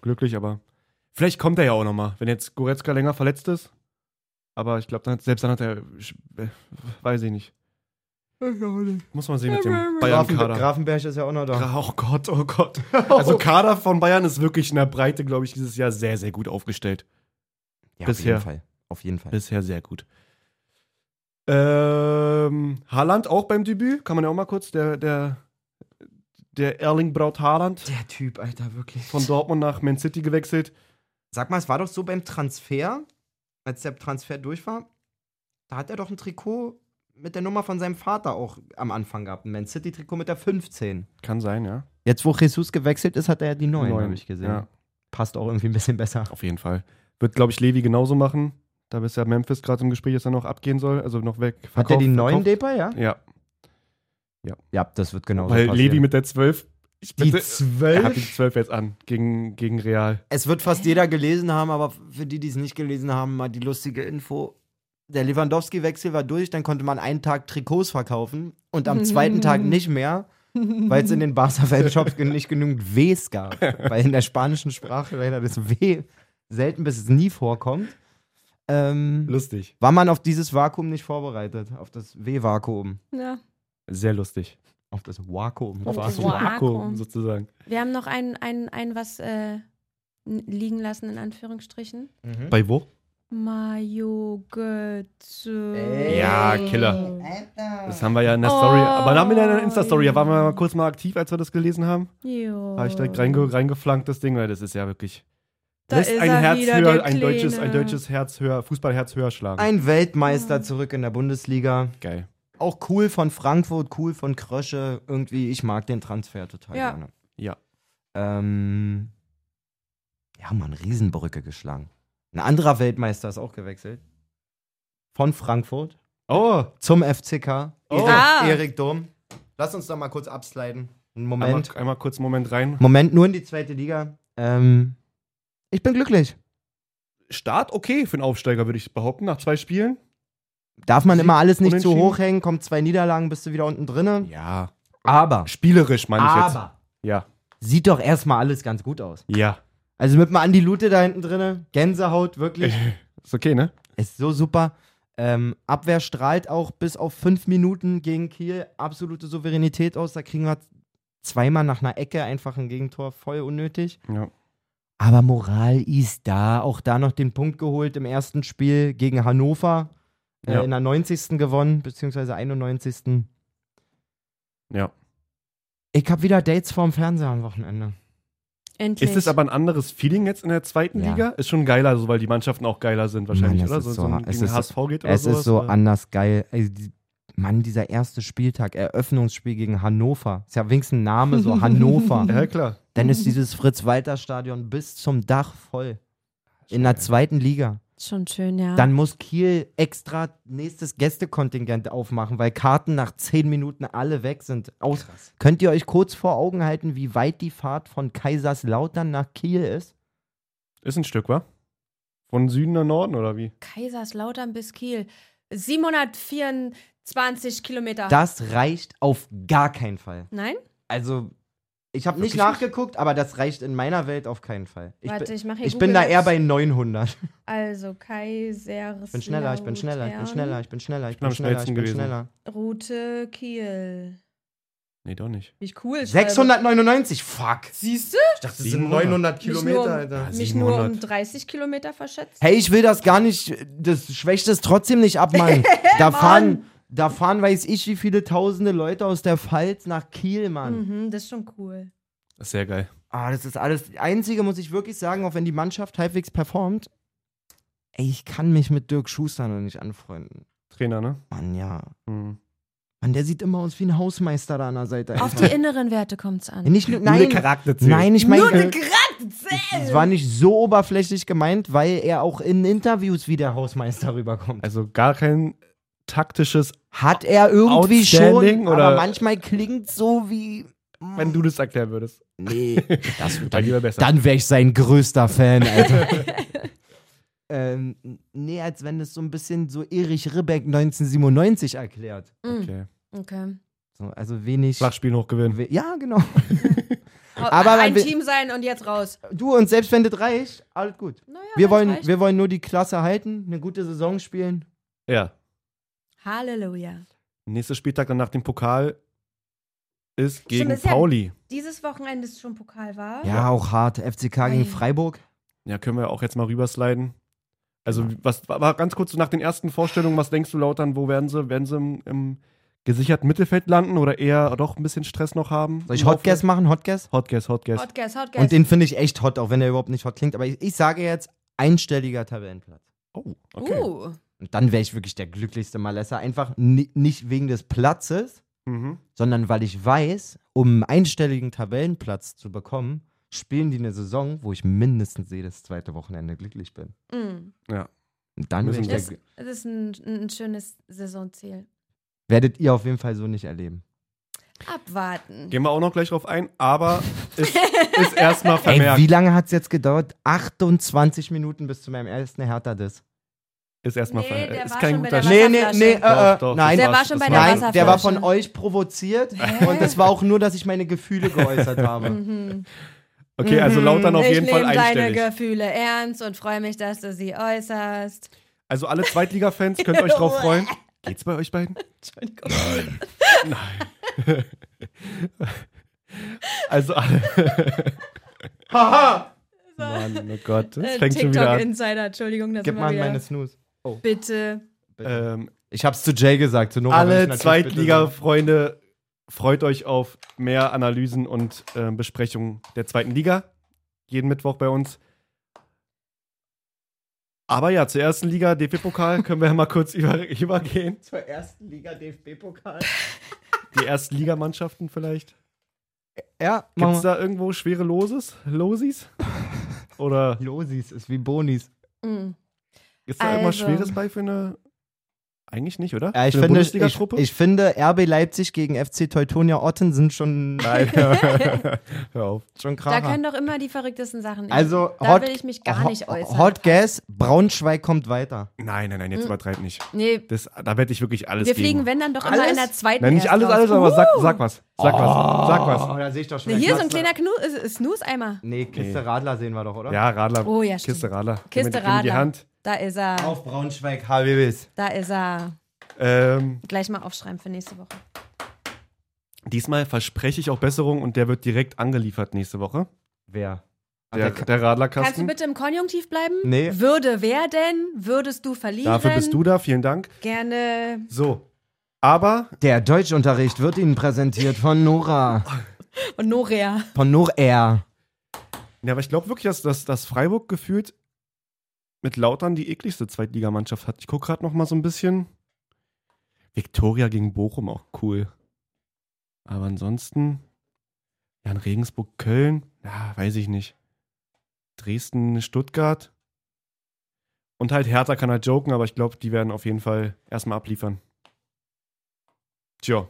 glücklich, aber vielleicht kommt er ja auch nochmal, wenn jetzt Goretzka länger verletzt ist. Aber ich glaube, dann, hat- selbst dann hat er, sch- äh, weiß ich nicht. Muss man sehen mit dem
Grafen,
Bayern-Kader.
Grafenberg ist ja auch noch da.
Gra- Oh Gott, oh Gott. [laughs] Also Kader von Bayern ist wirklich in der Breite, glaube ich, dieses Jahr sehr, sehr gut aufgestellt.
ja,
bisher.
auf jeden Fall. Auf jeden Fall.
Bisher sehr gut. Ähm, Haaland auch beim Debüt, kann man ja auch mal kurz, der, der, der Erling Braut Haaland
Der Typ, Alter, wirklich.
von Dortmund nach Man City gewechselt.
Sag mal, es war doch so beim Transfer, als der Transfer durch war, da hat er doch ein Trikot mit der Nummer von seinem Vater auch am Anfang gehabt. Ein Man City-Trikot mit der 15.
Kann sein, ja.
Jetzt, wo Jesus gewechselt ist, hat er ja die
Neun,
hab
Ja,
Passt auch irgendwie ein bisschen besser.
auf jeden Fall. Wird, glaube ich, Levi genauso machen. Da ist ja Memphis gerade im Gespräch, dass er noch abgehen soll, also noch weg.
Hat er die neuen
verkauft.
Depa, ja?
Ja,
Ja, das wird genau
weil Levi mit der 12. Ich
die
bitte, er hat die
12.
12 jetzt an, gegen, gegen Real.
Es wird fast jeder gelesen haben, aber für die, die es nicht gelesen haben, mal die lustige Info. Der Lewandowski-Wechsel war durch, dann konnte man einen Tag Trikots verkaufen und am
[laughs]
zweiten Tag nicht mehr. weil es in den Barca-Fanshops gen- nicht genügend
[laughs]
Ws gab. Weil in der spanischen Sprache leider das W selten bis nie vorkommt. Ähm,
Lustig.
war man auf dieses Vakuum nicht vorbereitet, auf das W-Vakuum,
Ja.
Sehr lustig.
auf das Vakuum.
Auf das
Vakuum.
Vakuum sozusagen.
Wir haben noch ein, ein, ein was äh, n- liegen lassen, in Anführungsstrichen.
Mhm.
Bei wo?
Mayo Götze.
Ja, Killer. Das haben wir ja in der Story,
Oh.
aber da haben wir ja in der Insta-Story, da waren wir mal kurz mal aktiv, als wir das gelesen haben.
Jo.
Habe ich direkt reinge reingeflankt, das Ding, weil das ist ja wirklich.
Oh. Da
lässt
ist
ein
er
Herz
wieder,
höher,
der
ein deutsches, ein
Kleine.
deutsches Herz höher, Fußballherz höher schlagen.
Ein
Ah.
Weltmeister zurück in der Bundesliga.
Geil.
Auch cool von Frankfurt, cool von Krösche. Irgendwie, ich mag den Transfer total
Ja.
gerne.
Ja.
Ähm, wir haben eine Riesenbrücke geschlagen. Ein anderer Weltmeister ist auch gewechselt. Von Frankfurt
Oh,
zum FCK.
Oh.
Erik,
Ah.
Erik Durm. Lass uns da mal kurz absliden. Einen
einmal,
Moment.
einmal kurz einen Moment rein.
Moment, nur in die zweite Liga. Ähm, ich bin glücklich.
Start okay für einen Aufsteiger, würde ich behaupten, nach zwei Spielen.
Darf man
Sieg,
immer alles nicht zu
Unentschieden.
hoch hängen, kommt zwei Niederlagen, bist du wieder unten drinne.
Ja.
Aber,
Spielerisch meine ich jetzt.
aber,
Ja.
sieht doch erstmal alles ganz gut aus.
Ja.
Also mit dem Andi Lute da hinten drinne, Gänsehaut, wirklich.
[laughs] Ist okay, ne?
Ist so super. Ähm, Abwehr strahlt auch bis auf fünf Minuten gegen Kiel absolute Souveränität aus. Da kriegen wir zweimal nach einer Ecke einfach ein Gegentor, voll unnötig.
Ja.
Aber Moral ist da. Auch da noch den Punkt geholt im ersten Spiel gegen Hannover. Äh,
Ja.
In der 90. gewonnen, beziehungsweise 91.
Ja.
Ich habe wieder Dates vorm Fernseher am Wochenende.
Endlich.
Ist es aber ein anderes Feeling jetzt in der zweiten
Ja.
Liga? Ist schon geiler, so, weil die Mannschaften auch geiler sind wahrscheinlich,
Mann, es
oder?
ist
So,
so-
so ein
es
gegen
ist-
HSV geht oder
es
sowas,
ist so
oder?
anders geil. Also die, Mann, dieser erste Spieltag, Eröffnungsspiel gegen Hannover. Ist ja wenigstens ein
[laughs]
Name, so Hannover.
Ja, klar.
Dann ist dieses Fritz-Walter-Stadion bis zum Dach voll. In der zweiten Liga.
Schon schön, ja.
Dann muss Kiel extra nächstes Gästekontingent aufmachen, weil Karten nach zehn Minuten alle weg sind. Aus Könnt ihr euch kurz vor Augen halten, wie weit die Fahrt von Kaiserslautern nach Kiel ist?
Ist ein Stück, wa? Von Süden nach Norden oder wie?
Kaiserslautern bis Kiel. 724 Kilometer.
Das reicht auf gar keinen Fall.
Nein?
Also, ich habe nicht
Wirklich
nachgeguckt, aber das reicht in meiner Welt auf keinen Fall. Ich,
Warte,
bin,
ich mache hier
ich bin da
Google
eher
Maps.
bei 900.
Also Kaiserslautern.
Ich bin schneller, ich bin schneller, ich bin schneller, ich bin schneller, ich bin
am
schneller, ich
schnellsten
bin
gewesen.
schneller.
Route Kiel.
Nee, doch nicht.
Mich cool.
699, fuck.
Siehst du?
Ich dachte,
das sind 900
Kilometer,
Alter.
Mich nur um
700.
30 Kilometer verschätzt.
Hey, ich will das gar nicht, das Schwächste ist trotzdem
[laughs]
nicht abmachen. Da fahren, da fahren weiß ich wie viele tausende Leute aus der Pfalz nach Kiel, Mann.
Mhm, das ist schon
[laughs]
cool.
Das ist sehr geil.
Ah, das ist alles, das Einzige muss ich wirklich sagen, auch wenn die Mannschaft halbwegs performt, ey, ich kann mich mit Dirk Schuster noch nicht anfreunden.
Trainer, ne?
Mann, ja.
Hm.
Mann, der sieht immer aus wie ein Hausmeister da an der Seite.
Auf die inneren Werte kommt's an.
nicht, nur- nein,
Charakter
nein, ich meine,
Nur eine Gratze!
Es war nicht so oberflächlich gemeint, weil er auch in Interviews wie der Hausmeister rüberkommt.
Also gar kein taktisches,
Hat er irgendwie
Outstanding
schon, aber
oder-
manchmal klingt so wie.
wenn du das erklären würdest.
Nee, das,
[laughs] Dann
dann,
lieber besser.
dann wäre ich sein größter Fan, Alter. ähm, nee, als wenn es so ein bisschen so Erich Ribbeck 1997 erklärt.
Mhm,
okay.
Okay.
So, also wenig.
Flachspielen hoch gewinnen.
we- Ja, genau. Aber
Aber
man
ein
will-
Team sein und jetzt raus.
Du und selbst wenn das reicht, alles gut.
Naja,
Wir
wenn's
wollen,
reicht.
wir wollen nur die Klasse halten, eine gute Saison spielen.
Ja.
Halleluja.
Nächster Spieltag dann nach dem Pokal ist gegen
ist ja-
Pauli.
Dieses Wochenende ist schon Pokal, war?
Ja, auch hart. FCK
Ei.
gegen Freiburg.
Ja, können wir auch jetzt mal rübersliden. Also, was war ganz kurz so nach den ersten Vorstellungen, was denkst du Lautern, wo werden sie? Werden sie im, im gesicherten Mittelfeld landen oder eher doch ein bisschen Stress noch haben?
Soll ich Hotgas machen? Hotgas?
Hotgas, Hotgas.
Hot Guess, Hot Guess.
Und den finde ich echt hot, auch wenn er überhaupt nicht hot klingt. Aber ich, ich sage jetzt einstelliger Tabellenplatz.
Oh,
Uh,
Und dann wäre ich wirklich der glücklichste Malesser. Einfach ni nicht wegen des Platzes,
Uh.
Mhm.
sondern weil ich weiß, um einen einstelligen Tabellenplatz zu bekommen, spielen die eine Saison, wo ich mindestens jedes zweite Wochenende glücklich bin.
mm.
Und dann wär
Müssen
ich
wir.
der,
das,
gl-
das ist ein, ein schönes Saisonziel.
werdet ihr auf jeden Fall so nicht erleben.
Abwarten.
Gehen wir auch noch gleich drauf ein,
[laughs]
aber ist, ist erstmal
Ey,
vermerkt.
wie lange hat es jetzt gedauert? 28 Minuten bis zu meinem ersten Hertha-Diss.
ist erstmal
Nee,
vermerkt.
der
Ist
war
kein
schon bei
guter
der
Sch-
Nee, nee, nee, äh,
Doch,
äh,
doch, das
nein.
Der war
war's,
schon
das
bei der
war's.
Nein, der war
Wasserflasche.
von euch provoziert
Hä?
und es war auch nur, dass ich meine Gefühle geäußert
[laughs]
habe.
Mhm.
Okay, also
Mhm.
Lautern auf
Ich
jeden Fall
nehme deine
einstellig.
Gefühle ernst und freue mich, dass du sie äußerst.
Also alle Zweitliga-Fans könnt
[laughs]
euch drauf freuen. Geht's bei euch beiden?
Entschuldigung.
Also alle.
Haha!
Mann, oh [laughs] Gott, das
Äh,
fängt schon wieder an.
TikTok-Insider, Entschuldigung, dass
Gib
immer
mal
wieder.
meine Snooze.
Bitte.
Ähm,
Äh, Ich hab's zu Jay gesagt, zu Nora.
alle
hab ich natürlich bitte
Zweitliga-Freunde, freut euch auf mehr Analysen und äh, Besprechungen der zweiten Liga. Jeden Mittwoch bei uns. Aber ja, zur ersten Liga,
[laughs]
DFB-Pokal, können wir ja mal kurz über, übergehen.
gesagt. Zur ersten Liga DFB-Pokal.
Die ersten Ligamannschaften vielleicht.
Ja,
Gibt
machen
es
wir.
da irgendwo schwere Loses?
[laughs]
Losis? Oder
Losis ist wie Bonis.
Mhm.
ist da irgendwas
Also-
Schweres bei für eine. Eigentlich nicht, oder?
Ja, ich,
für eine
finde, ich,
Bundesliga-Truppe?
ich finde, RB Leipzig gegen FC Teutonia Otten sind schon,
Nein.
[laughs]
Hör auf.
schon
Da
kracher.
können doch immer die verrücktesten Sachen.
Also,
da
Hot-
will ich mich gar
Ho-
nicht äußern.
Hot Gas, Braunschweig kommt weiter.
Nein, nein, nein, jetzt übertreib nicht.
nee,
Das, da wette ich wirklich alles
Mm. wir
gegen.
fliegen, wenn dann doch immer
Alles?
in der zweiten.
Nein, nicht
erst
alles,
raus.
alles, aber sag, sag was. Sag
Oh,
was. Sag was.
da sehe ich doch schon.
Nee, hier
den
ist so ein
Knaster.
kleiner Knu äh, Snooze-Eimer.
Nee, Kiste
Nee.
Radler sehen wir doch, oder?
Ja, Radler.
Oh ja, stimmt.
Kiste Radler. Nimm
Kiste
die- nimm Die
Radler.
Hand.
Da ist er.
Auf Braunschweig, HBBs.
Da ist er.
Ähm,
Gleich mal aufschreiben für nächste Woche.
diesmal verspreche ich auch Besserung und der wird direkt angeliefert nächste Woche.
Wer?
Der, der
Ka-
Kannst du
Radlerkasten.
bitte im Konjunktiv bleiben?
Nee.
Würde wer denn? Würdest du verlieren?
Dafür bist du da, vielen Dank.
Gerne.
So. Aber
Der Deutschunterricht wird Ihnen präsentiert von Nora.
Und Norea.
Von Norair.
Ja, aber ich glaube wirklich, dass, dass, dass Freiburg gefühlt mit Lautern die ekligste Zweitligamannschaft hat. Ich gucke gerade noch mal so ein bisschen. Viktoria gegen Bochum auch cool. Aber ansonsten, ja, in Regensburg, Köln, ja, weiß ich nicht. Dresden, Stuttgart. Und halt Hertha kann halt joken, aber ich glaube, die werden auf jeden Fall erstmal abliefern. Tja.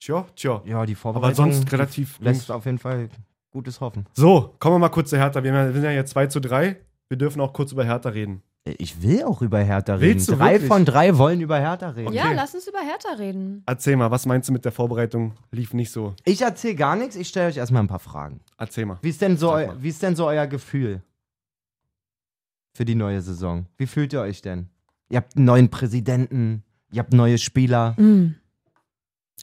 Tja, tja.
Ja, die Vorbereitung
Aber sonst relativ
lässt
gut.
auf jeden Fall Gutes hoffen.
So, kommen wir mal kurz zu Hertha. Wir haben ja- wir sind ja jetzt 2 zu 3. Wir dürfen auch kurz über Hertha reden.
Ich will auch über Hertha reden.
Willst du
drei
wirklich?
von drei wollen über Hertha reden.
Ja, lass uns über Hertha reden.
Erzähl mal, was meinst du mit der Vorbereitung? Lief nicht so.
Ich erzähle gar nichts, ich stelle euch erstmal ein paar Fragen.
Erzähl mal.
Wie ist, denn so
Sag
eu-
mal.
wie ist denn so euer Gefühl für die neue Saison? Wie fühlt ihr euch denn? Ihr habt einen neuen Präsidenten, ihr habt neue Spieler.
Mm.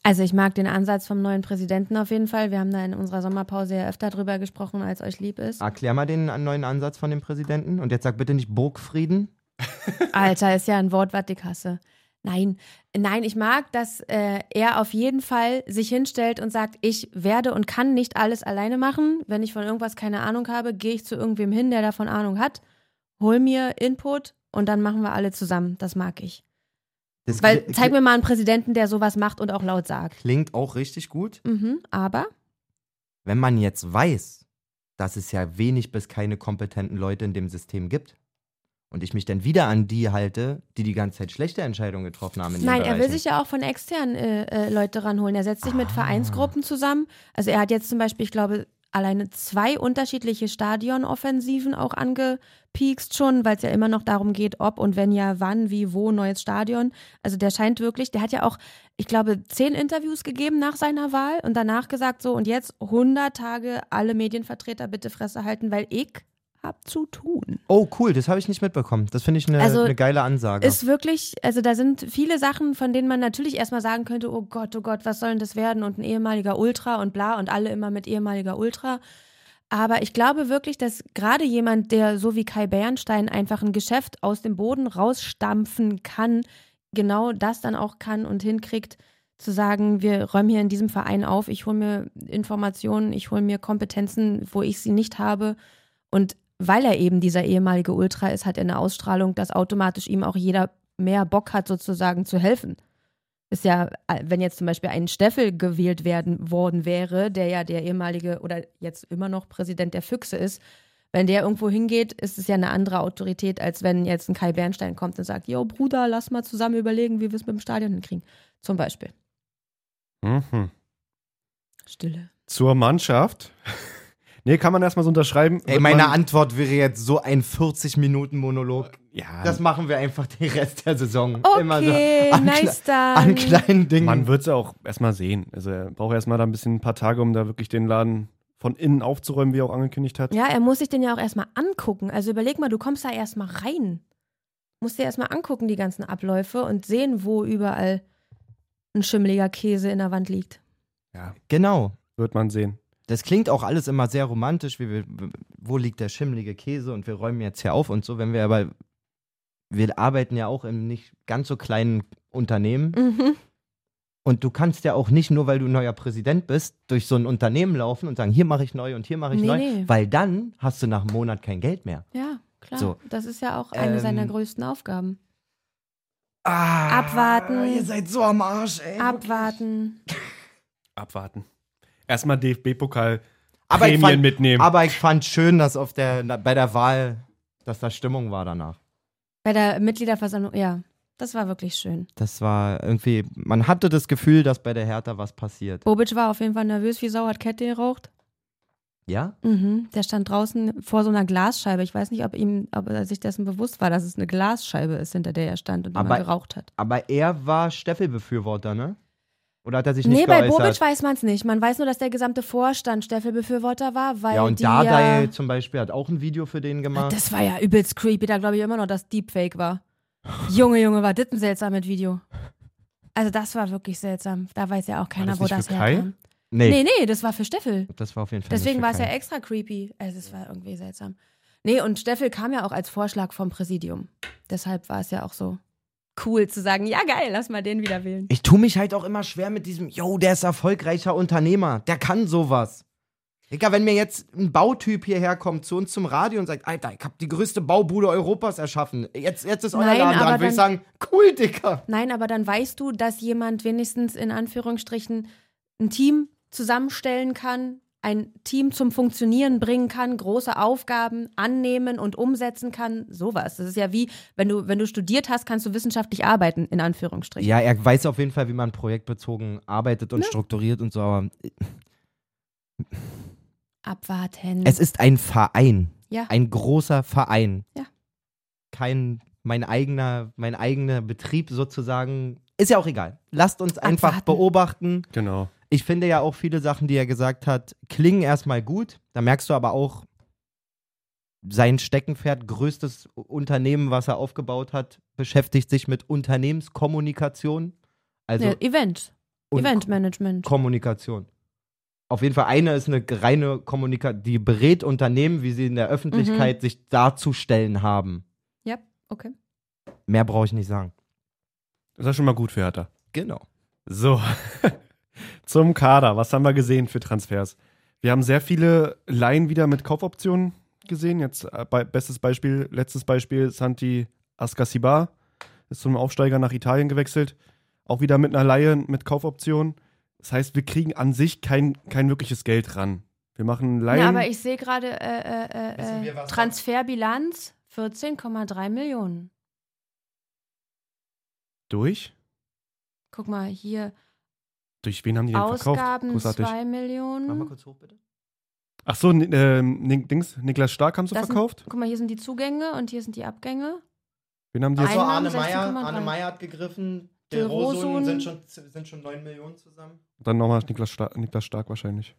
Also ich mag den Ansatz vom neuen Präsidenten auf jeden Fall. Wir haben da in unserer Sommerpause ja öfter drüber gesprochen, als euch lieb ist.
Erklär mal den an- neuen Ansatz von dem Präsidenten. Und jetzt sag bitte nicht Burgfrieden.
Alter, ist ja ein Wort, was ich hasse. Nein, nein, ich mag, dass äh, er auf jeden Fall sich hinstellt und sagt, ich werde und kann nicht alles alleine machen. Wenn ich von irgendwas keine Ahnung habe, gehe ich zu irgendwem hin, der davon Ahnung hat, hol mir Input und dann machen wir alle zusammen. Das mag ich.
Das
Weil
kli-
zeig mir mal einen Präsidenten, der sowas macht und auch laut sagt.
klingt auch richtig gut.
Mhm, aber
Wenn man jetzt weiß, dass es ja wenig bis keine kompetenten Leute in dem System gibt und ich mich dann wieder an die halte, die die ganze Zeit schlechte Entscheidungen getroffen haben. In ihren
Nein, er will
Bereichen.
sich ja auch von externen äh, äh, Leute ranholen. Er setzt sich mit
Ah.
Vereinsgruppen zusammen. Also er hat jetzt zum Beispiel, ich glaube, alleine zwei unterschiedliche Stadionoffensiven auch angepiekst schon, weil es ja immer noch darum geht, ob und wenn ja, wann, wie, wo, neues Stadion. Also der scheint wirklich, der hat ja auch, ich glaube, zehn Interviews gegeben nach seiner Wahl und danach gesagt so, und jetzt 100 Tage alle Medienvertreter bitte Fresse halten, weil ich hab zu tun.
Oh, cool, das habe ich nicht mitbekommen. Das finde ich eine
Also,
eine geile Ansage.
Ist wirklich, also da sind viele Sachen, von denen man natürlich erstmal sagen könnte, oh Gott, oh Gott, was soll denn das werden? Und ein ehemaliger Ultra und bla und alle immer mit ehemaliger Ultra. Aber ich glaube wirklich, dass gerade jemand, der so wie Kai Bernstein einfach ein Geschäft aus dem Boden rausstampfen kann, genau das dann auch kann und hinkriegt, zu sagen, wir räumen hier in diesem Verein auf, ich hole mir Informationen, ich hole mir Kompetenzen, wo ich sie nicht habe. Und weil er eben dieser ehemalige Ultra ist, hat er eine Ausstrahlung, dass automatisch ihm auch jeder mehr Bock hat, sozusagen zu helfen. Ist ja, äh, wenn jetzt zum Beispiel ein Steffel gewählt werden worden wäre, der ja der ehemalige oder jetzt immer noch Präsident der Füchse ist, wenn der irgendwo hingeht, ist es ja eine andere Autorität, als wenn jetzt ein Kai Bernstein kommt und sagt, yo Bruder, lass mal zusammen überlegen, wie wir es mit dem Stadion hinkriegen. Zum Beispiel.
Mhm.
Stille.
Zur Mannschaft. [laughs] nee, kann man erstmal so unterschreiben.
Ey,
Wird
meine
man,
Antwort wäre jetzt so ein 40-Minuten-Monolog.
ja,
Das machen wir einfach den Rest der Saison. Immer so
Okay,
an
nice dann.
an kleinen Dingen.
man wird es ja auch erstmal sehen. Also er braucht erstmal da ein bisschen ein paar Tage, um da wirklich den Laden von innen aufzuräumen, wie er auch angekündigt hat.
Ja, er muss sich den ja auch erstmal angucken. Also überleg mal, du kommst da erstmal rein. Musst dir erstmal angucken, die ganzen Abläufe und sehen, wo überall ein schimmeliger Käse in der Wand liegt.
genau.
Wird man sehen.
Das klingt auch alles immer sehr romantisch, wie wir, wo liegt der schimmelige Käse und wir räumen jetzt hier auf und so, wenn wir aber, wir arbeiten ja auch im nicht ganz so kleinen Unternehmen
Mhm.
und du kannst ja auch nicht nur, weil du neuer Präsident bist, durch so ein Unternehmen laufen und sagen, hier mache ich neu und hier mache ich
Nee,
neu,
nee.
weil dann hast du nach einem Monat kein Geld mehr.
Ja, klar.
So.
Das ist ja auch eine
Ähm.
seiner größten Aufgaben.
Ah,
Abwarten.
Ihr seid so am Arsch, ey.
Abwarten.
Abwarten. Erstmal DFB-Pokal
Aber ich,
Prämien
fand,
mitnehmen.
aber ich fand schön, dass auf der, na, bei der Wahl, dass da Stimmung war danach.
Bei der Mitgliederversammlung, ja, das war wirklich schön.
Das war irgendwie, man hatte das Gefühl, dass bei der Hertha was passiert.
Bobic war auf jeden Fall nervös wie Sau, hat Kette geraucht.
Ja?
Mhm. Der stand draußen vor so einer Glasscheibe. Ich weiß nicht, ob ihm, ob er sich dessen bewusst war, dass es eine Glasscheibe ist, hinter der er stand und immer
Aber-
geraucht hat.
Aber er war Steffel-Befürworter, ne? Oder hat er sich
Nee,
nicht
bei
geäußert?
Bobic weiß man es nicht. Man weiß nur, dass der gesamte Vorstand Steffel-Befürworter war, weil
ja, und
die
Dardai
ja,
zum Beispiel hat auch ein Video für den gemacht.
Das war ja übelst creepy, da glaube ich immer noch, dass Deepfake war. Junge, Junge, war das ein seltsames Video. Also das war wirklich seltsam. Da weiß ja auch keiner,
das
wo
nicht
das
für Kai?
herkam.
nee,
Nee, nee, das war für Steffel.
das war auf jeden Fall
Deswegen
nicht
war es ja
echt.
extra creepy. Also es war irgendwie seltsam. Nee, und Steffel kam ja auch als Vorschlag vom Präsidium. Deshalb war es ja auch so cool zu sagen, ja geil, lass mal den wieder wählen.
Ich tue mich halt auch immer schwer mit diesem, yo, der ist erfolgreicher Unternehmer, der kann sowas. Digga, wenn mir jetzt ein Bautyp hierher kommt zu uns zum Radio und sagt, Alter, ich hab die größte Baubude Europas erschaffen. Jetzt, jetzt ist euer
Nein,
Laden
aber
dran. Würde ich sagen, cool, Digga.
Nein, aber dann weißt du, dass jemand wenigstens in Anführungsstrichen ein Team zusammenstellen kann, ein Team zum Funktionieren bringen kann, große Aufgaben annehmen und umsetzen kann, sowas. Das ist ja wie, wenn du, wenn du studiert hast, kannst du wissenschaftlich arbeiten, in Anführungsstrichen.
Ja, er weiß auf jeden Fall, wie man projektbezogen arbeitet
Ne?
und strukturiert und so, aber
Abwarten.
es ist ein Verein.
ja.
Ein großer Verein.
Ja.
Kein, mein eigener, mein eigener Betrieb sozusagen. Ist ja auch egal. Lasst uns einfach
Abwarten.
beobachten.
Genau.
Ich finde ja auch viele Sachen, die er gesagt hat, klingen erstmal gut. Da merkst du aber auch, sein Steckenpferd, größtes Unternehmen, was er aufgebaut hat, beschäftigt sich mit Unternehmenskommunikation. Also
Ne, Event.
und
Eventmanagement.
Kommunikation. Auf jeden Fall eine ist eine reine Kommunikation, die berät Unternehmen, wie sie in der Öffentlichkeit sich darzustellen haben.
Ja, okay.
Mehr brauche ich nicht sagen.
Das ist ja schon mal gut für Hertha.
Genau.
So, [laughs] zum Kader. Was haben wir gesehen für Transfers? Wir haben sehr viele Laien wieder mit Kaufoptionen gesehen. Jetzt äh, bei, bestes Beispiel, letztes Beispiel, Santi Ascasibar ist zum Aufsteiger nach Italien gewechselt. Auch wieder mit einer Laie mit Kaufoption. Das heißt, wir kriegen an sich kein, kein wirkliches Geld ran. Wir machen Laien.
Na, aber ich sehe gerade äh, äh,
Wissen wir,
äh,
was-
Transferbilanz 14,3 Millionen.
durch?
Guck mal, hier
Durch wen haben die denn verkauft?
Ausgaben
Großartig.
2
Mach mal
Millionen.
kurz hoch, bitte.
Ach so, Ni- ähm, Ni- Dings, Niklas Stark haben sie
Das sind-
verkauft.
Guck mal, hier sind die Zugänge und hier sind die Abgänge.
Wen haben die
Achso,
jetzt?
Einnahmen
Arne Meyer,
16,3.
Arne Meyer hat gegriffen.
Del
Del
Rosun.
Rosun sind schon, sind schon 9 Millionen zusammen.
Dann nochmal Niklas, Sta Niklas Stark wahrscheinlich.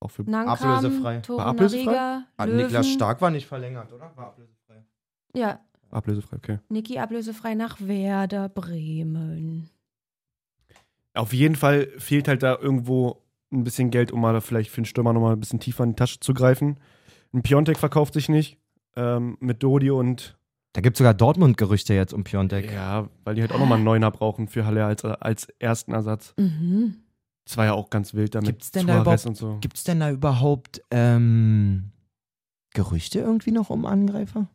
Auch für
Nankam,
Ablösefrei.
Toru
War ablösefrei?
Nariga,
Ah,
Löwen.
Niklas Stark war nicht verlängert, oder? War ablösefrei.
Ja,
ablösefrei, okay.
Niki ablösefrei nach Werder Bremen.
Auf jeden Fall fehlt halt da irgendwo ein bisschen Geld, um mal vielleicht für den Stürmer nochmal ein bisschen tiefer in die Tasche zu greifen. Ein Piontek verkauft sich nicht. Ähm, mit Dodi und.
Da gibt es sogar Dortmund-Gerüchte jetzt um Piontek.
Ja, weil die halt auch nochmal einen Neuner brauchen für Halle als, als ersten Ersatz.
Mhm.
Das war ja auch ganz wild damit.
Gibt's denn da
Suarez
überhaupt-
und so.
Gibt es denn da überhaupt ähm, Gerüchte irgendwie noch um Angreifer?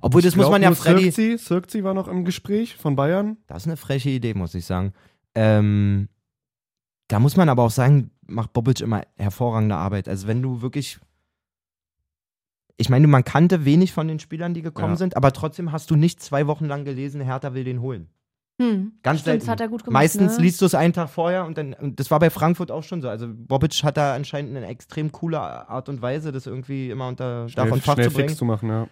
Obwohl, das
Ich
muss
glaub,
man ja
nur
Freddy.
Sirkzi, Sirkzi war noch im Gespräch von Bayern.
Das ist eine freche Idee, muss ich sagen. Ähm, da muss man aber auch sagen, macht Bobic immer hervorragende Arbeit. Also wenn du wirklich. Ich meine, man kannte wenig von den Spielern, die gekommen
Ja.
sind, aber trotzdem hast du nicht zwei Wochen lang gelesen, Hertha will den holen.
Hm.
Ganz
Stimmt, das
selten.
hat er gut gemacht.
Meistens
ne?
liest du es einen Tag vorher und dann, und das war bei Frankfurt auch schon so. Also Bobic hat da anscheinend eine extrem coole Art und Weise, das irgendwie immer unter Dach und Fach
schnell
zu bringen.
fix zu machen, ja.